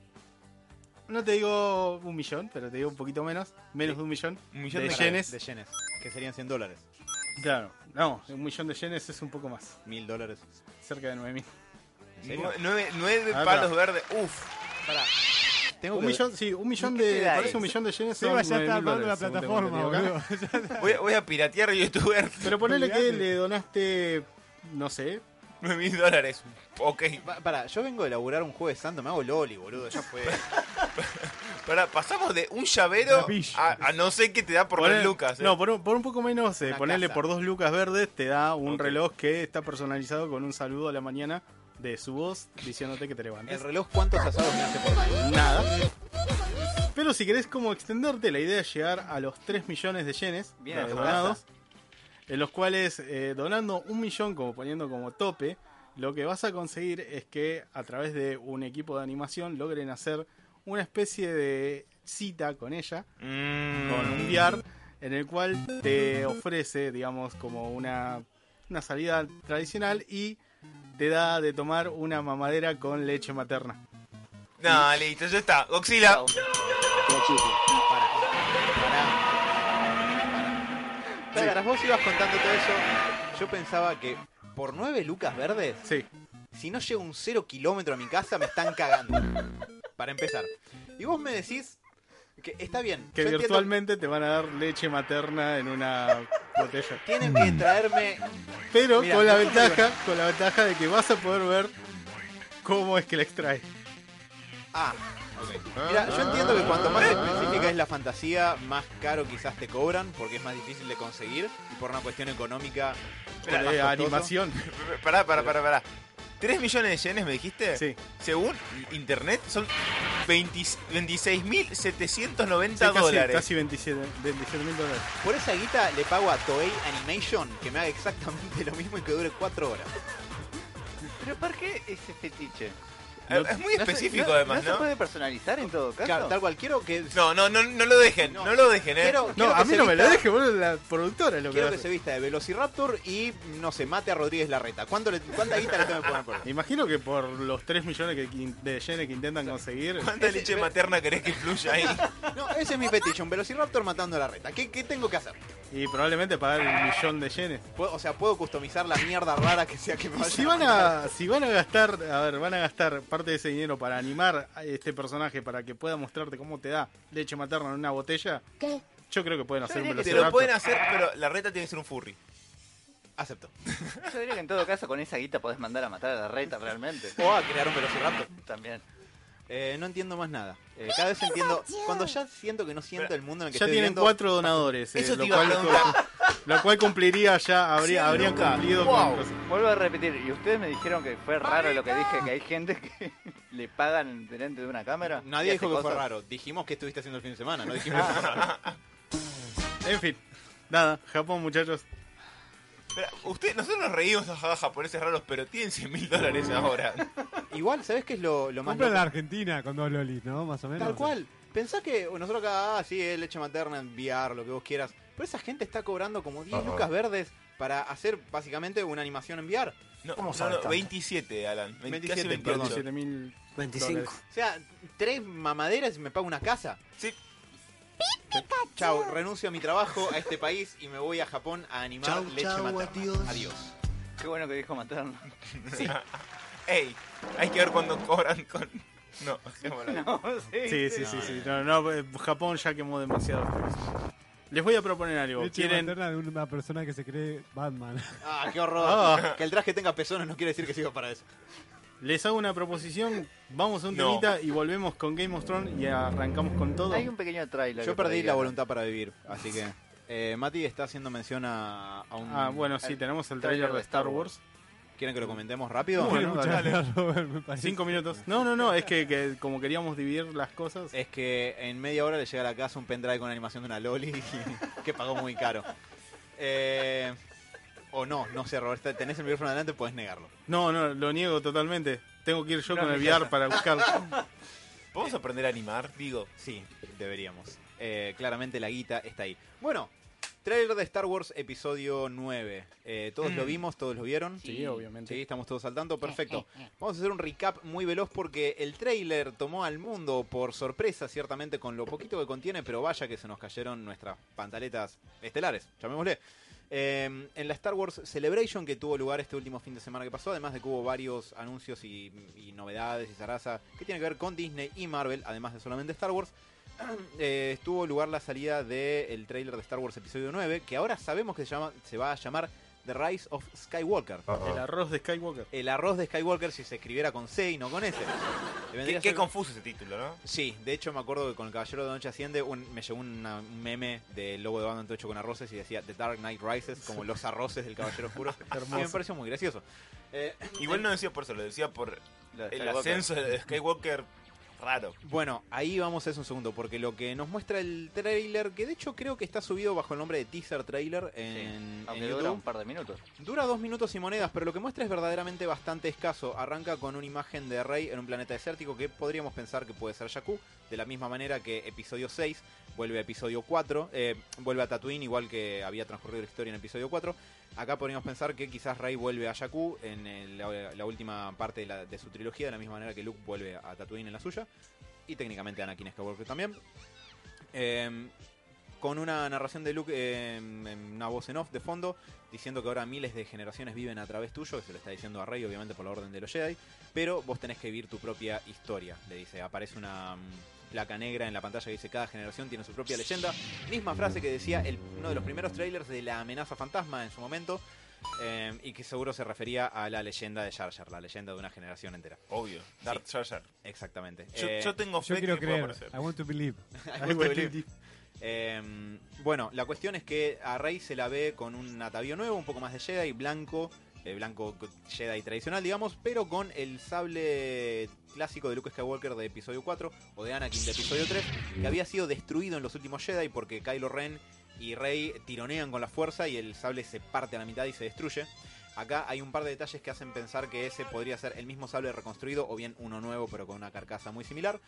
No te digo un millón, pero te digo un poquito menos. Menos de un millón. Un millón de de- yenes. De yenes. Que serían 100 dólares. Claro. No, un millón de yenes es un poco más. 1000 dólares. Cerca de 9.000. ¿En serio? Nue- Nueve, nueve Ah, palos verdes. Uf. Pará. Tengo Un que- millón, sí, un millón ¿Qué te de. da Parece eso? un millón de yenes. Seba son ya está 9.000 armando la dólares, según tengo plataforma, entendido acá. boludo. Voy, a- voy a piratear youtuber. [LAUGHS] Pero ponele que Olvidate. le donaste. No sé. 9 mil dólares. Ok. Pa- Pará, yo vengo de laburar un jueves santo, me hago loli, boludo. Ya [LAUGHS] fue. Para, pasamos de un llavero Rapish. a, a no sé qué te da por Ponele- tres lucas. eh. No, por un, por un poco menos, eh, Una ponerle casa. por dos lucas verdes, te da un Ok. reloj que está personalizado con un saludo a la mañana de su voz diciéndote que te levantes. ¿El reloj cuántos asados me hace por mes? Nada. Pero si querés como extenderte, la idea es llegar a los 3 millones de yenes Bien, eh, a tu donados, en los cuales eh, donando un millón como poniendo como tope, lo que vas a conseguir es que a través de un equipo de animación logren hacer una especie de cita con ella Mm. con un VR en el cual te ofrece, digamos, como una, una salida tradicional y te da de tomar una mamadera con leche materna. No, listo, ya está. Godzilla. Pará. Pará. Pará. Mientras vos ibas contando todo eso, yo pensaba que por 9 lucas verdes, Sí, si no llego un 0 kilómetro a mi casa, me están cagando. Para empezar. Y vos me decís que está bien. que yo entiendo- virtualmente te van a dar leche materna en una botella. Tienen que traerme Pero Mirá, con la no está muy ventaja, con la ventaja de que vas a poder ver cómo es que la extrae. Ah, Mira, yo entiendo que cuanto Ah. más específica es la fantasía, más caro quizás te cobran, porque es más difícil de conseguir y por una cuestión económica. Por, es más eh, costoso. [LAUGHS] animación. Pará, pará, pará, pará. 3 millones de yenes me dijiste? Sí. Según internet son 20 26.790 Sí, casi, dólares. Casi 27 mil dólares. Por esa guita le pago a Toei Animation que me haga exactamente [LAUGHS] lo mismo y que dure 4 horas. ¿Pero por qué ese fetiche? Eh, es muy No se- específico no- además, ¿No se ¿no? puede personalizar en todo caso? Claro, tal cual, quiero que. No, no, no, no lo dejen, no, No. lo dejen, eh. Quiero, eh, No, quiero a que mí se no me la vista- deje, boludo, la productora es lo que Quiero lo que hace. se vista de Velociraptor y, no sé, mate a Rodríguez Larreta. ¿Cuánto le- ¿Cuánta guita le tengo que poner [LAUGHS] por eso? Imagino que por los 3 millones que quin- de yenes que intentan conseguir. ¿Cuánta Ese- leche materna querés que [LAUGHS] fluya ahí? No, ese es mi petition, Velociraptor matando a Larreta. ¿Qué, qué tengo que hacer? Y probablemente pagar un millón de yenes. Puedo- o sea, puedo customizar la mierda rara que sea que me Y vaya si van a, si van a gastar, a ver, van a gastar parte de ese dinero para animar a este personaje para que pueda mostrarte cómo te da leche materna en una botella, yo creo que pueden hacer un diría que Te lo velociraptor. pueden hacer, pero la reta tiene que ser un furry. Acepto. Yo diría que en todo caso con esa guita podés mandar a matar a la reta [LAUGHS] realmente. O a crear un velociraptor. También. Eh, no entiendo más nada. Eh, cada vez entiendo. Cuando ya siento que no siento el mundo en el que Ya estoy tienen viviendo, cuatro donadores, eh, Eso te lo, iba a cual, preguntar. lo cual cumpliría ya, habría, Sí, habrían nunca. cumplido Wow. con cosas. Vuelvo a repetir, y ustedes me dijeron que fue raro lo que dije, que hay gente que [LAUGHS] le pagan delante de una cámara. y Nadie dijo hace que fue cosas. raro. Dijimos que estuviste haciendo el fin de semana. No dijimos que fue raro. En fin, nada, Japón muchachos. Pero, usted, nosotros nos reímos a japoneses raros, pero tienen 100 mil [LAUGHS] dólares ahora. Igual, ¿sabes qué es lo, lo más Compra en la loco? Argentina con dos lolis, ¿no? Más o menos. Tal cual. Pensás que nosotros acá, ah, sí, eh, leche materna, enviar, lo que vos quieras. Pero esa gente está cobrando como 10 lucas verdes para hacer básicamente una animación en VR. No, ¿Cómo no, sabes no, tanto? 27, Alan. 20, casi 27, 28. perdón. 27.000 25. O sea, tres mamaderas y me pago una casa. Sí, Chao, renuncio a mi trabajo, a este país y me voy a Japón a animar Chau, leche chau, materna. adiós. Adiós. Qué bueno que dijo materno. Ey, hay que ver cuando cobran con. [LAUGHS] No, dejémoslo ahí. [LAUGHS] No, sí. Sí, sí, sí, sí. No, no, eh, Japón ya quemó demasiado. Les voy a proponer algo. Leche ¿Quieren, materna de una persona que se cree Batman. Ah, qué horror. Ah. Que el traje tenga pezones no quiere decir que sirva para eso. les hago una proposición. Vamos a un No. temita y volvemos con Game of Thrones y arrancamos con todo. Hay un pequeño trailer. Yo que perdí podría- la voluntad para vivir, así que... eh, Mati está haciendo mención a, a un... Ah, bueno, sí, tenemos el tráiler de Star Wars. ¿Quieren que lo comentemos rápido? Bueno, [LAUGHS] Quiero escuchar dale. a Robert, me parece. Cinco minutos. No, no, no, es que, que como queríamos dividir las cosas. Es que en media hora le llega a la casa un pendrive con animación de una loli [LAUGHS] y- que pagó muy caro. Eh, o no, no sé, Robert, tenés el micrófono adelante, puedes negarlo. No, no, lo niego totalmente. Tengo que ir yo No, con me el VR para buscar. Vamos a aprender a animar, digo. Sí, deberíamos. Eh, claramente la guita está ahí. Bueno, trailer de Star Wars episodio 9. Eh, todos lo vimos, todos lo vieron. Mm. Sí, obviamente. Sí, estamos todos saltando, perfecto. Vamos a hacer un recap muy veloz porque el trailer tomó al mundo por sorpresa, ciertamente, con lo poquito que contiene, pero vaya que se nos cayeron nuestras pantaletas estelares, llamémosle. Eh, en la Star Wars Celebration que tuvo lugar este último fin de semana que pasó, además de que hubo varios anuncios y, y novedades y zaraza que tiene que ver con Disney y Marvel, además de solamente Star Wars, [CLEARS THROAT] eh, estuvo lugar la salida del trailer de Star Wars Episodio 9, que ahora sabemos que se, llama, se va a llamar The Rise of Skywalker. Ah. El arroz de Skywalker. El arroz de Skywalker si se escribiera con C y no con S. Le vendría Qué, a qué ser- confuso ese título, ¿no? Sí, de hecho me acuerdo que con el Caballero de la Noche Asciende un- me llegó una- un meme del logo de Batman todo hecho con arroces y decía The Dark Knight Rises, como los arroces del Caballero Oscuro. Y me pareció muy gracioso. Eh, Igual no decía por eso, lo decía por La de el Skywalker. ascenso de Skywalker raro. Bueno, ahí vamos a eso un segundo, porque lo que nos muestra el trailer, que de hecho creo que está subido bajo el nombre de teaser trailer en, en Aunque YouTube. dura un par de minutos. Dura dos minutos y monedas, pero lo que muestra es verdaderamente bastante escaso. Arranca con una imagen de Rey en un planeta desértico que podríamos pensar que puede ser Jakku, de la misma manera que episodio 6 vuelve a episodio 4, eh, vuelve a Tatooine igual que había transcurrido la historia en episodio 4. Acá podríamos pensar que quizás Rey vuelve a Jakku en el- la, la última parte de, la- de su trilogía, de la misma manera que Luke vuelve a Tatooine en la suya, y técnicamente Anakin Skywalker también. Eh, con una narración de Luke, eh, en una voz en off de fondo, diciendo que ahora miles de generaciones viven a través tuyo, que se lo está diciendo a Rey, obviamente por la orden de los Jedi, pero vos tenés que vivir tu propia historia, le dice. Aparece una mm, placa negra en la pantalla que dice cada generación tiene su propia leyenda. Misma frase que decía el- uno de los primeros trailers de la amenaza fantasma en su momento, eh, y que seguro se refería a la leyenda de Jar Jar, la leyenda de una generación entera. Obvio. Darth Jar Jar. Exactamente. Yo, Eh, yo tengo Yo fe quiero que pueda creer. aparecer. I want to believe. Ahí va el tip. Eh, bueno, la cuestión es que a Rey se la ve con un atavío nuevo, un poco más de Jedi, blanco, eh, blanco Jedi tradicional, digamos, pero con el sable clásico de Luke Skywalker de episodio 4 o de Anakin de episodio 3, que había sido destruido en los últimos Jedi porque Kylo Ren y Rey tironean con la fuerza y el sable se parte a la mitad y se destruye. Acá hay un par de detalles que hacen pensar que ese podría ser el mismo sable reconstruido o bien uno nuevo pero con una carcasa muy similar.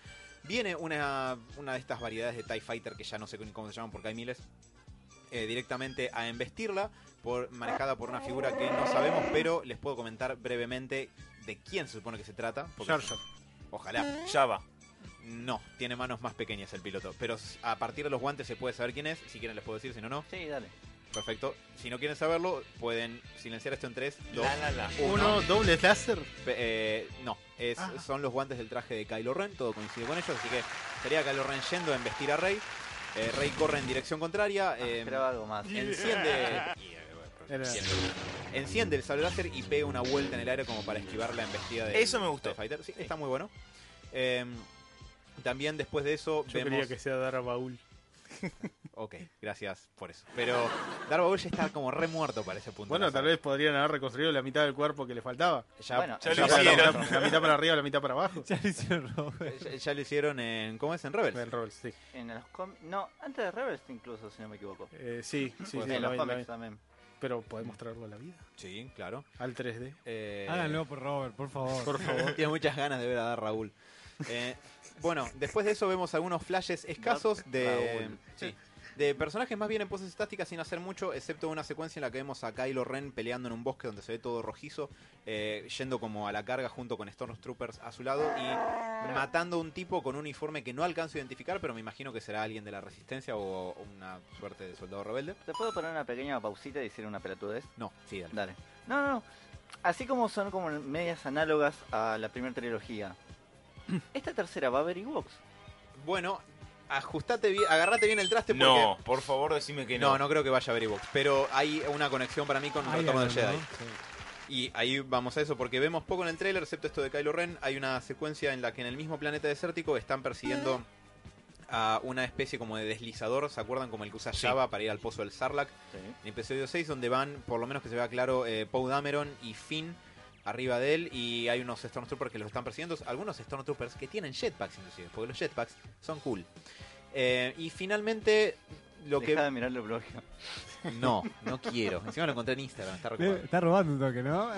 Viene una, una de estas variedades de TIE Fighter que ya no sé ni cómo se llaman porque hay miles. eh, directamente a embestirla, por, manejada por una figura que no sabemos, pero les puedo comentar brevemente de quién se supone que se trata. porque- Jar Jar. Ojalá. Java. No, tiene manos más pequeñas el piloto. Pero s- a partir de los guantes se puede saber quién es. Si quieren les puedo decir, si no, no. Sí, dale. Perfecto. Si no quieren saberlo, pueden silenciar esto en 3, 2, La, la, la. Uno, doble láser. eh, no, es- son los guantes del traje de Kylo Ren, todo coincide con ellos, así que sería Kylo Ren yendo a embestir a Rey. Eh, Rey corre en dirección Ah, contraria. eh, Esperaba algo más. enciende. Era- Enciende el sable láser y pega una vuelta en el aire como para esquivar la embestida de Eso me gustó. Fighter. Sí, está muy bueno. Eh, también después de eso Yo vemos. quería que sea dar a baúl. Ok, gracias por eso. Pero Darth Vader ya está como re muerto para ese punto. Bueno, ¿no? tal vez podrían haber reconstruido la mitad del cuerpo que le faltaba. Ya, Bueno, ya Ya lo La mitad- hicieron. la, mitad para arriba, la mitad para abajo. [LAUGHS] Ya lo hicieron Robert. ya- ya lo hicieron en. ¿Cómo es? En Rebels. El rol, sí. En los cómics. No, antes de Rebels incluso, si no me equivoco. Eh, sí, sí, sí, lo en los vi, lo vi. cómics también. Pero podemos traerlo a la vida. Sí, claro. Al 3D. Eh, Háganlo por Robert, por favor. Por favor. Tiene muchas ganas de ver a Dar Raúl. Eh, bueno, después de eso vemos algunos flashes escasos de, Raúl. sí, De personajes más bien en poses estáticas sin hacer mucho, excepto una secuencia en la que vemos a Kylo Ren peleando en un bosque donde se ve todo rojizo, eh, yendo como a la carga junto con Stormtroopers a su lado y matando a un tipo con un uniforme que no alcanzo a identificar, pero me imagino que será alguien de la resistencia o una suerte de soldado rebelde. ¿Te puedo poner una pequeña pausita y decir una pelotudez? No, sí, dale. Dale. No, no, no. Así como son como medias análogas a la primera [CLEARS THROAT] trilogía. Esta tercera va a haber Ewoks. Bueno, ajustate bien, agarrate bien el traste porque... No, por favor, decime que no. No, no creo que vaya a ver Evox, pero hay una conexión para mí con el Ahí retorno del andan, Jedi. ¿no? Sí. Y ahí vamos a eso, porque vemos poco en el tráiler, excepto esto de Kylo Ren. Hay una secuencia en la que en el mismo planeta desértico están persiguiendo a una especie como de deslizador, ¿se acuerdan? Como el que usa Sí. Java para ir al pozo del Sarlacc. En episodio 6, donde van, por lo menos que se vea claro, eh, Poe Dameron y Finn arriba de él. Y hay unos Stormtroopers que los están persiguiendo. Algunos Stormtroopers que tienen jetpacks, inclusive, porque los jetpacks son cool. Eh, y finalmente, lo Dejá de mirar el blog. que. No, no quiero. Encima lo encontré en Instagram, está Le- recopado. Está robando un toque, ¿no?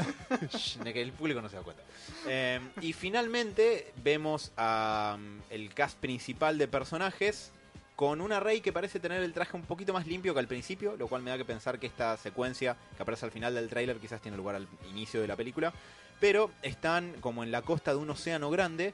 Shh, de que el público no se da cuenta. Eh, y finalmente vemos a mm, el cast principal de personajes con una Rey que parece tener el traje un poquito más limpio que al principio, lo cual me da que pensar que esta secuencia que aparece al final del tráiler quizás tiene lugar al inicio de la película, pero están como en la costa de un océano grande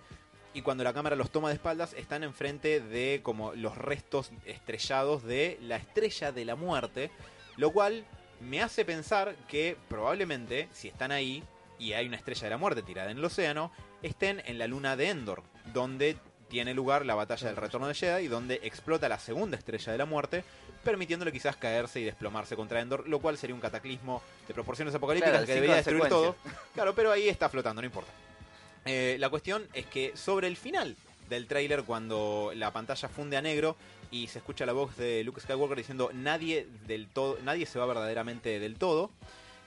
y cuando la cámara los toma de espaldas están enfrente de como los restos estrellados de la estrella de la muerte, lo cual me hace pensar que probablemente, si están ahí y hay una estrella de la muerte tirada en el océano, estén en la luna de Endor, donde tiene lugar la batalla del retorno de Jedi y donde explota la segunda estrella de la muerte, permitiéndole quizás caerse y desplomarse contra Endor, lo cual sería un cataclismo de proporciones apocalípticas Claro, que sin debería destruir todo. consecuencias. Claro, pero ahí está flotando, no importa. Eh, la cuestión es que sobre el final del tráiler, cuando la pantalla funde a negro, y se escucha la voz de Luke Skywalker diciendo nadie del todo nadie se va verdaderamente del todo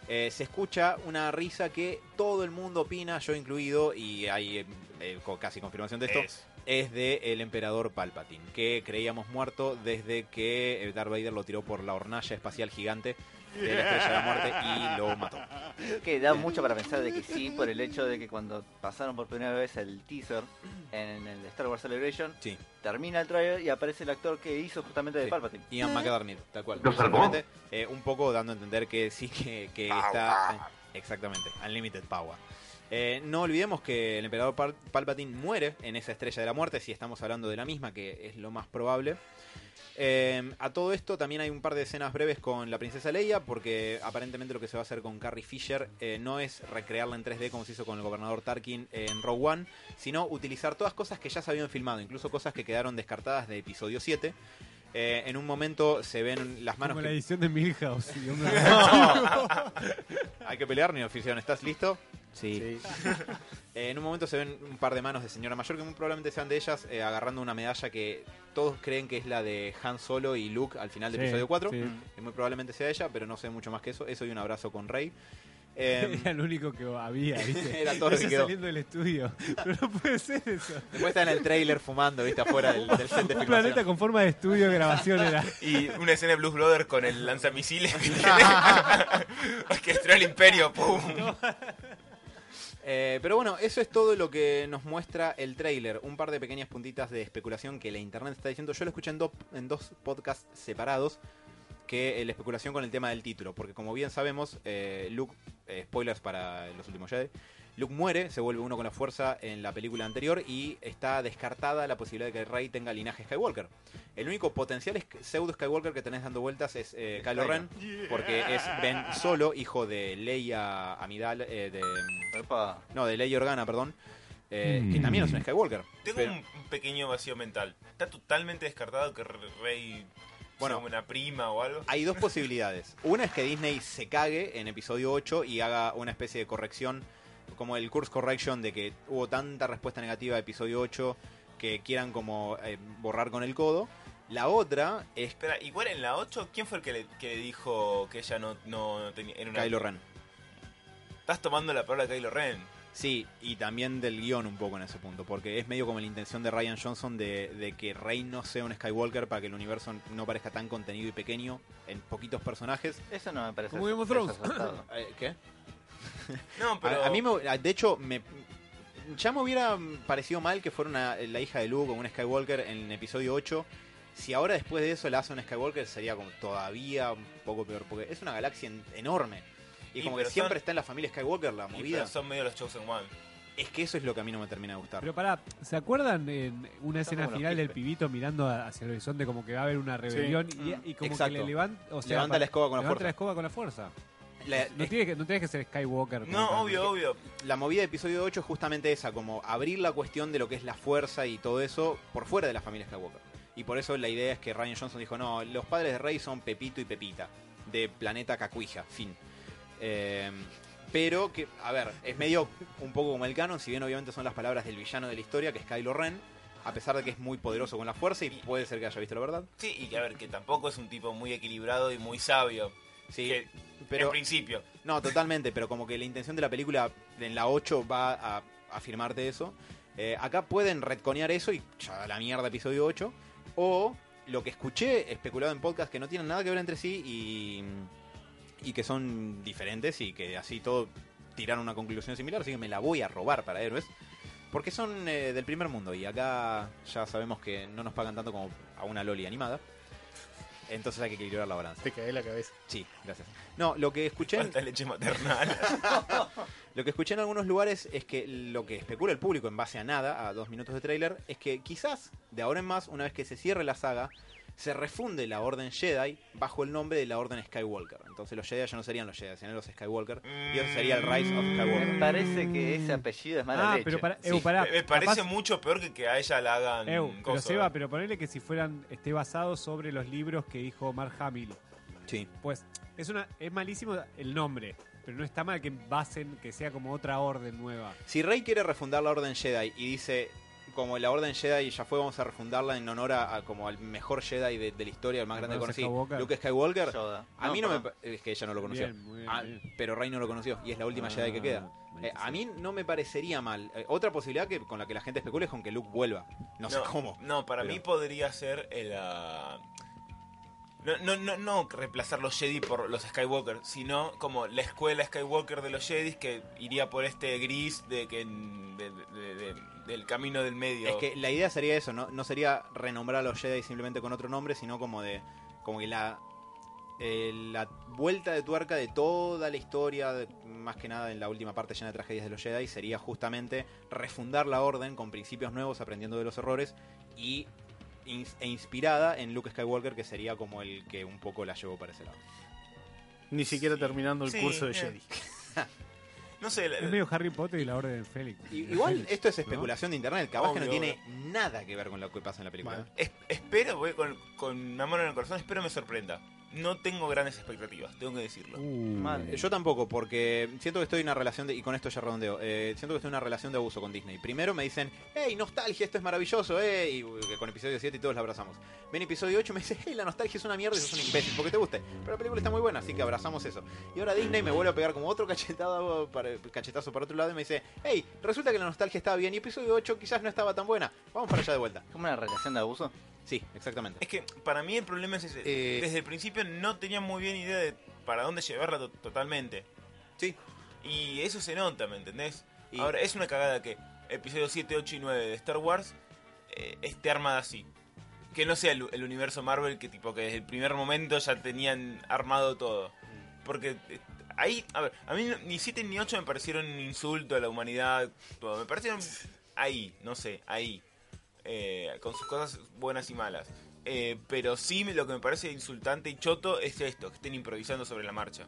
Eh, se escucha una risa que todo el mundo opina yo incluido y hay eh, eh, co- casi confirmación de esto Es. es de el emperador Palpatine que creíamos muerto desde que eh, Darth Vader lo tiró por la hornalla espacial gigante de la estrella de la muerte y lo mató Que da mucho para pensar de que sí, por el hecho de que cuando pasaron por primera vez el teaser en el Star Wars Celebration, sí termina el trailer y aparece el actor que hizo justamente de Sí. Palpatine. Ian McDermott, tal cual. Lo salvó. Exactamente. Eh, un poco dando a entender que sí, que, que está. eh, exactamente, Unlimited Power. Eh, no olvidemos que el emperador Pal- Palpatine muere en esa estrella de la muerte, si estamos hablando de la misma, que es lo más probable. Eh, a todo esto también hay un par de escenas breves con la princesa Leia, porque aparentemente lo que se va a hacer con Carrie Fisher eh, no es recrearla en 3D como se hizo con el gobernador Tarkin en Rogue One, sino utilizar todas cosas que ya se habían filmado, incluso cosas que quedaron descartadas de episodio 7. Eh, en un momento se ven las manos... [LAUGHS] Como la que- edición de Milhouse. y [LAUGHS] un- Hay que pelear, ni ofición, ¿estás listo? Sí. Eh, en un momento se ven un par de manos de señora mayor que muy probablemente sean de ellas eh, agarrando una medalla que todos creen que es la de Han Solo y Luke al final del Sí, episodio Mm. 4. sí. Que muy probablemente sea ella, pero no sé mucho más que eso. Eso y un abrazo con Rey. Eh, Era el único que había, [LAUGHS] ¿viste? Era todo lo que Eso quedó. saliendo del [LAUGHS] estudio. Pero no puede ser eso. después está en el trailer fumando, viste, afuera del, del set de Un filmación. planeta con forma de estudio de grabación [LAUGHS] era. Y una escena de Blues Brothers con el lanzamisiles que tiene. Orquestó el imperio, pum. Eh, pero bueno, eso es todo lo que nos muestra el tráiler. Un par de pequeñas puntitas de especulación que la internet está diciendo. Yo lo escuché en, do- en dos podcasts separados. Que eh, la especulación con el tema del título. Porque como bien sabemos, eh, Luke, eh, spoilers para los últimos Jedi. Luke muere, se vuelve uno con la fuerza en la película anterior y está descartada la posibilidad de que Rey tenga linaje Skywalker. El único potencial es- pseudo Skywalker que tenés dando vueltas es eh, Kylo Ren, porque es Ben Solo, hijo de Leia Amidal, eh, de Opa. no, de Ley Organa, perdón. Eh, Mm. Que también es un Skywalker. Tengo Pero- un un pequeño vacío mental. Está totalmente descartado que Re- Rey Bueno. sea como una prima o algo. Hay dos posibilidades. Una es que Disney se cague en episodio 8 y haga una especie de corrección, como el course correction de que hubo tanta respuesta negativa de episodio 8 que quieran como eh, borrar con el codo. La otra es Espera, igual en la 8, ¿quién fue el que le, que le dijo que ella no, no tenía... Era una... Kylo Ren. Estás tomando la palabra de Kylo Ren. Sí, y también del guión un poco en ese punto, porque es medio como la intención de Ryan Johnson de, de que Rey no sea un Skywalker para que el universo no parezca tan contenido y pequeño en poquitos personajes. Eso no me parece. Como Game of des- Thrones. [CLEARS THROAT] desacertado. Eh, ¿Qué? No, [LAUGHS] pero... A, a mí, me, a- de hecho, me, ya me hubiera mm, parecido mal que fuera una- la hija de Luke o un Skywalker en el episodio 8 Si ahora después de eso la hace un Skywalker sería como todavía un poco peor, porque es una galaxia en- enorme. Y, Y como que pero son- siempre está en la familia Skywalker la Y, pero movida. son medio los Chosen One. Es que eso es lo que a mí no me termina de gustar. Pero pará, ¿se acuerdan en una escena como los final del Quispe. pibito mirando a- hacia el horizonte como que va a haber una rebelión y, Mm, y como exacto. que le levanta, o sea, Levanta pa- la escoba con la levanta fuerza. Eh, la escoba con la fuerza. La- No tienes que, no tenés que ser Skywalker. como para- No, obvio, obvio. la movida de episodio 8 es justamente esa, como abrir la cuestión de lo que es la fuerza y todo eso por fuera de la familia Skywalker. Y por eso la idea es que Ryan Johnson dijo, no, los padres de Rey son Pepito y Pepita, de planeta Cacuija, fin. Eh, pero que, a ver, es medio un poco como el canon, si bien obviamente son las palabras del villano de la historia, que es Kylo Ren, a pesar de que es muy poderoso con la fuerza y puede ser que haya visto la verdad. Sí, y que a ver, que tampoco es un tipo muy equilibrado y muy sabio. Sí, que, pero... en principio. No, totalmente, pero como que la intención de la película en la 8 va a afirmarte eso. Eh, acá pueden retconear eso y ya a la mierda episodio 8. O lo que escuché especulado en podcast que no tienen nada que ver entre sí y, y que son diferentes y que así todo tiraron una conclusión similar, así que me la voy a robar para héroes. Porque son eh, del primer mundo y acá ya sabemos que no nos pagan tanto como a una loli animada. Entonces hay que equilibrar la balanza. Te cae la cabeza. Sí, gracias. No, lo que escuché... en- Falta leche maternal. lo que escuché en algunos lugares es que lo que especula el público en base a nada, a dos minutos de tráiler, es que quizás de ahora en más, una vez que se cierre la saga, se refunde la Orden Jedi bajo el nombre de la Orden Skywalker. Entonces los Jedi ya no serían los Jedi, serían los Skywalker. Y eso sería el Rise of Me Skywalker. parece que ese apellido es mala Ah, leche. pero para, Sí. Eu, [LAUGHS] pará, me me parece capaz- mucho peor que que a ella la hagan. Eu, pero coso. Seba, pero ponele que si fueran esté basado sobre los libros que dijo Mark Hamill. Sí. Pues es una es malísimo el nombre, pero no está mal que basen que sea como otra orden nueva. Si Rey quiere refundar la Orden Jedi y dice, como la Orden Jedi ya fue, vamos a refundarla en honor a, a como al mejor Jedi de, de la historia, el más grande que Luke conocí, Skywalker. Luke Skywalker, Yoda. a mí no me... perdón. pa- Es que ella no lo conoció. Bien, muy bien, Ah, bien. pero Rey no lo conoció y es la última Jedi que Ah, queda. Eh, maldita a mí no me parecería mal. Eh, otra posibilidad que con la que la gente especula es con que Luke vuelva. No, sé cómo. No, para Pero- mí podría ser el. ah, No, no, no, no reemplazar los Jedi por los Skywalker, sino como la escuela Skywalker de los Jedi que iría por este gris de que de- de- de- de- del camino del medio. Es que la idea sería eso, no, no sería renombrar a los Jedi simplemente con otro nombre, sino como de como que la eh, la vuelta de tuerca de toda la historia, de- más que nada en la última parte llena de tragedias de los Jedi, sería justamente refundar la orden con principios nuevos, aprendiendo de los errores y ins- e inspirada en Luke Skywalker, que sería como el que un poco la llevó para ese lado. Ni siquiera terminando el Sí, curso de eh. Jedi. no sé, la- Es medio Harry Potter y la orden de Félix. I- Igual Félix, esto es ¿no? especulación de internet, capaz que no Obvio, tiene nada que ver con lo que pasa en la película. Mal. es- espero, voy con, con una mano en el corazón, espero me sorprenda. No tengo grandes expectativas, tengo que decirlo. Uh, Mal. Eh, Yo tampoco, porque siento que estoy en una relación de, y con esto ya redondeo, eh, siento que estoy en una relación de abuso con Disney. Primero me dicen, hey, nostalgia, esto es maravilloso, eh, y uh, con episodio 7 y todos la abrazamos. Ven episodio 8 y me dice, hey, la nostalgia es una mierda y sos un imbécil, porque te guste. Pero la película está muy buena, así que abrazamos eso. Y ahora Disney me vuelve a pegar como otro cachetado para, cachetazo para otro lado y me dice, hey, resulta que la nostalgia estaba bien y episodio 8 quizás no estaba tan buena. Vamos para allá de vuelta. ¿Como una relación de abuso? Sí, exactamente. Es que para mí el problema es ese. Eh. Desde el principio no tenía muy bien idea de para dónde llevarla to- totalmente. Sí. Y eso se nota, ¿me entendés? Y- Ahora, es una cagada que episodio 7, 8 y 9 de Star Wars eh, esté armada así. Que no sea el, el universo Marvel que tipo que desde el primer momento ya tenían armado todo. Mm. Porque eh, ahí, a ver, a mí no- ni 7 ni 8 me parecieron un insulto a la humanidad, todo. Me parecieron ahí, no sé, ahí. Eh, con sus cosas buenas y malas. Eh, pero sí me- lo que me parece insultante y choto es esto, que estén improvisando sobre la marcha.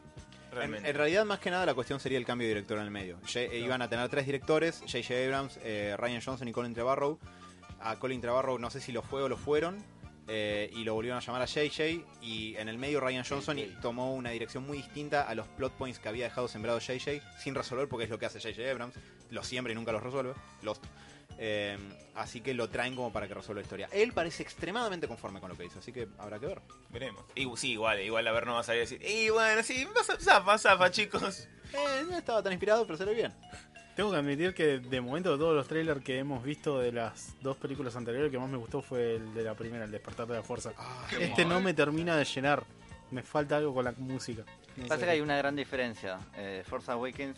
En, Realmente. en realidad, más que nada, la cuestión sería el cambio de director en el medio. Ye- eh, Iban a tener tres directores, J.J. Abrams, eh, Ryan Johnson y Colin Trevorrow. A Colin Trevorrow no sé si lo fue o lo fueron, eh, y lo volvieron a llamar a J.J. Y en el medio Ryan Johnson y- tomó una dirección muy distinta a los plot points que había dejado sembrado J.J. sin resolver, porque es lo que hace J.J. Abrams. Los siembra y nunca los resuelve. Lost. Eh, así que lo traen como para que resuelva la historia. Él parece extremadamente conforme con lo que hizo, así que habrá que ver. Veremos. Y, sí, igual, igual a ver no va a salir a decir. Y bueno, sí, pasa, zafa, zafa, chicos. Eh, no estaba tan inspirado, pero se ve bien. Tengo que admitir que de momento de todos los trailers que hemos visto de las dos películas anteriores, el que más me gustó fue el de la primera, el despertar de la fuerza. Este no me termina de llenar. Me falta algo con la música. No Pasa sé. que hay una gran diferencia. Eh, Force Awakens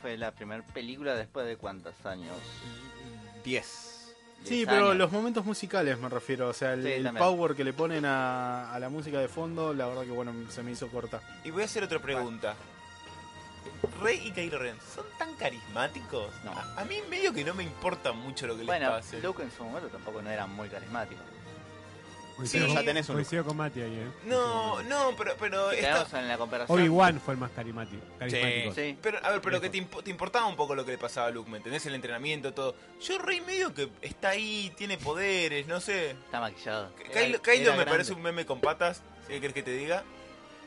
fue la primera película después de cuántos años? 10. Sí, 10 pero años. los momentos musicales me refiero, o sea, el, Sí, el también. power que le ponen a, a la música de fondo, la verdad que bueno, se me hizo corta. Y voy a hacer otra pregunta. Rey y Kylo Ren, ¿son tan carismáticos? No. A, a mí medio que no me importa mucho lo que les Bueno, pase. Luke en su momento tampoco no era muy carismático. Coincido, Sí, con, ya tenés un coincido con Mati ahí, ¿eh? No, no, pero, pero esta- Tenemos en la comparación. Obi-Wan fue el más carismático. carismático. Sí. Pero, a ver, pero que te, impo- te importaba un poco lo que le pasaba a Luke, ¿me entendés? El entrenamiento, todo. Yo Rey medio que está ahí, tiene poderes, no sé. Está maquillado. Ky- Era- Kylo, era Kylo me grande. parece un meme con patas, si querés que te diga.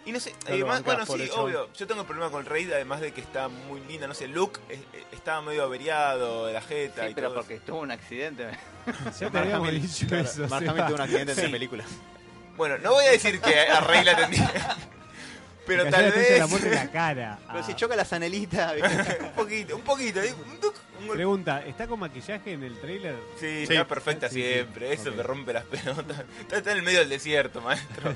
Y no sé, No lo eh, más- bancás, bueno, sí, pobrecho. obvio. Yo tengo el problema con Rey, además de que está muy linda, no sé, Luke eh, eh, estaba medio averiado, de la jeta Sí, y pero todo. porque tuvo un [LAUGHS] accidente. Ya te habíamos Hamill, [LAUGHS] dicho claro, eso. Mark Seba. Hamill tuvo un accidente entre Sí. películas. Ah. eso. Bueno, no voy a decir que a Rey la atendía. pero Te cayó tal la estrella de la vez. muerte en la cara. Pero Ah. si choca las anelitas, [LAUGHS] ¿viste? [LAUGHS] un poquito, un poquito. ahí, un tuc, un golpe. Pregunta, ¿está con maquillaje en el trailer? Sí, Sí. está perfecta Sí, sí. siempre. Eso Ok. me rompe las pelotas. Está, está en el medio del desierto, maestro.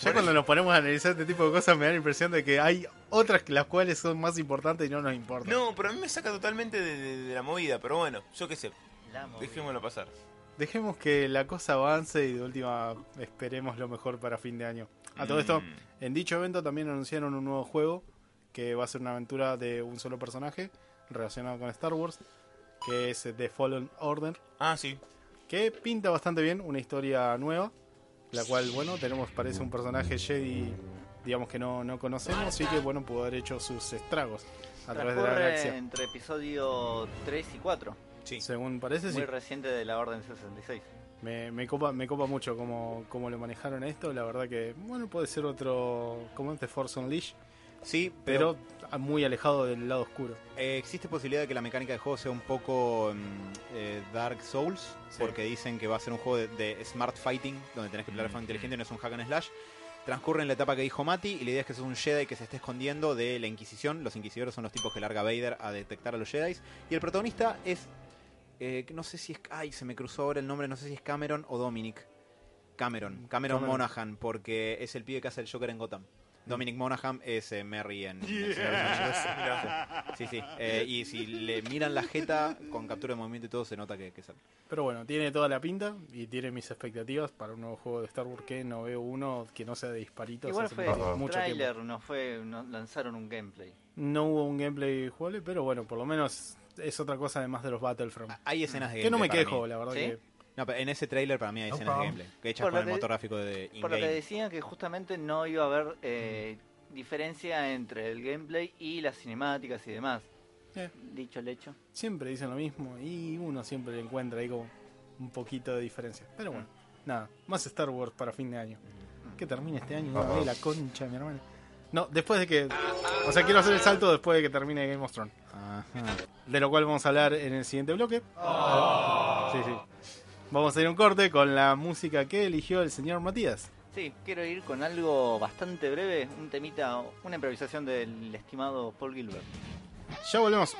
Ya cuando nos ponemos a analizar este tipo de cosas me da la impresión de que hay otras que las cuales son más importantes y no nos importan. No, pero a mí me saca totalmente de, de- de la movida. Pero bueno, yo qué sé. La movida. Dejémoslo pasar. Dejemos que la cosa avance y de última esperemos lo mejor para fin de año. A todo esto, Mm. en dicho evento también anunciaron un nuevo juego que va a ser una aventura de un solo personaje relacionado con Star Wars, que es The Fallen Order, Ah, sí. que pinta bastante bien, una historia nueva, la cual, bueno, tenemos, parece un personaje Jedi, digamos que no, no conocemos, así que, bueno, pudo haber hecho sus estragos a través de la Transcurre galaxia. entre episodio 3 y 4. Sí. Según parece, sí. Muy reciente de la Orden 66. Me, me copa, me copa mucho cómo, cómo lo manejaron esto. La verdad que, bueno, puede ser otro. Como este Force Unleashed, Sí, pero a- muy alejado del lado oscuro. Eh, existe posibilidad de que la mecánica del juego sea un poco mm, eh, Dark Souls, Sí. porque dicen que va a ser un juego de, de smart fighting, donde tenés Mm, que pelear de forma inteligente, no es un hack and slash. Transcurre en la etapa que dijo Mati, y la idea es que sos un Jedi que se esté escondiendo de la Inquisición. Los Inquisidores son los tipos que larga Vader a detectar a los Jedi. Y el protagonista es. eh, no sé si es. Ay, se me cruzó ahora el nombre, no sé si es Cameron o Dominic. Cameron, Cameron, Cameron. Mm. Monaghan, porque es el pibe que hace el Joker en Gotham. Dominic Monaghan es eh, Merry en. en Sí, sí. Eh, y si le miran la jeta con captura de movimiento y todo, se nota que, que sale. Pero bueno, tiene toda la pinta y tiene mis expectativas para un nuevo juego de Star Wars que no veo uno que no sea de disparitos. Igual hace fue mucho- un mucho trailer, tiempo. no fue, no- lanzaron un gameplay. No hubo un gameplay jugable, pero bueno, por lo menos es otra cosa además de los Battlefront. Ah, Hay escenas de gameplay. que no me para quejo, mí. la verdad ¿Sí? que. No, pero en ese trailer para mí hay escenas de gameplay. Que hechas Por lo con el que- motor gráfico de Por lo que in-game. decían que justamente no iba a haber eh, diferencia entre el gameplay y las cinemáticas y demás. Eh. Dicho el hecho. siempre dicen lo mismo y uno siempre le encuentra ahí como un poquito de diferencia. Pero bueno, Mm. nada, más Star Wars para fin de año. Que termine este año, una vez la concha de mi hermana. No, después de que. O sea, quiero hacer el salto después de que termine Game of Thrones. Ajá. De lo cual vamos a hablar en el siguiente bloque. Oh. Sí, sí. Vamos a ir a un corte con la música que eligió el señor Matías. Sí, quiero ir con algo bastante breve, un temita, una improvisación del estimado Paul Gilbert. Ya volvemos.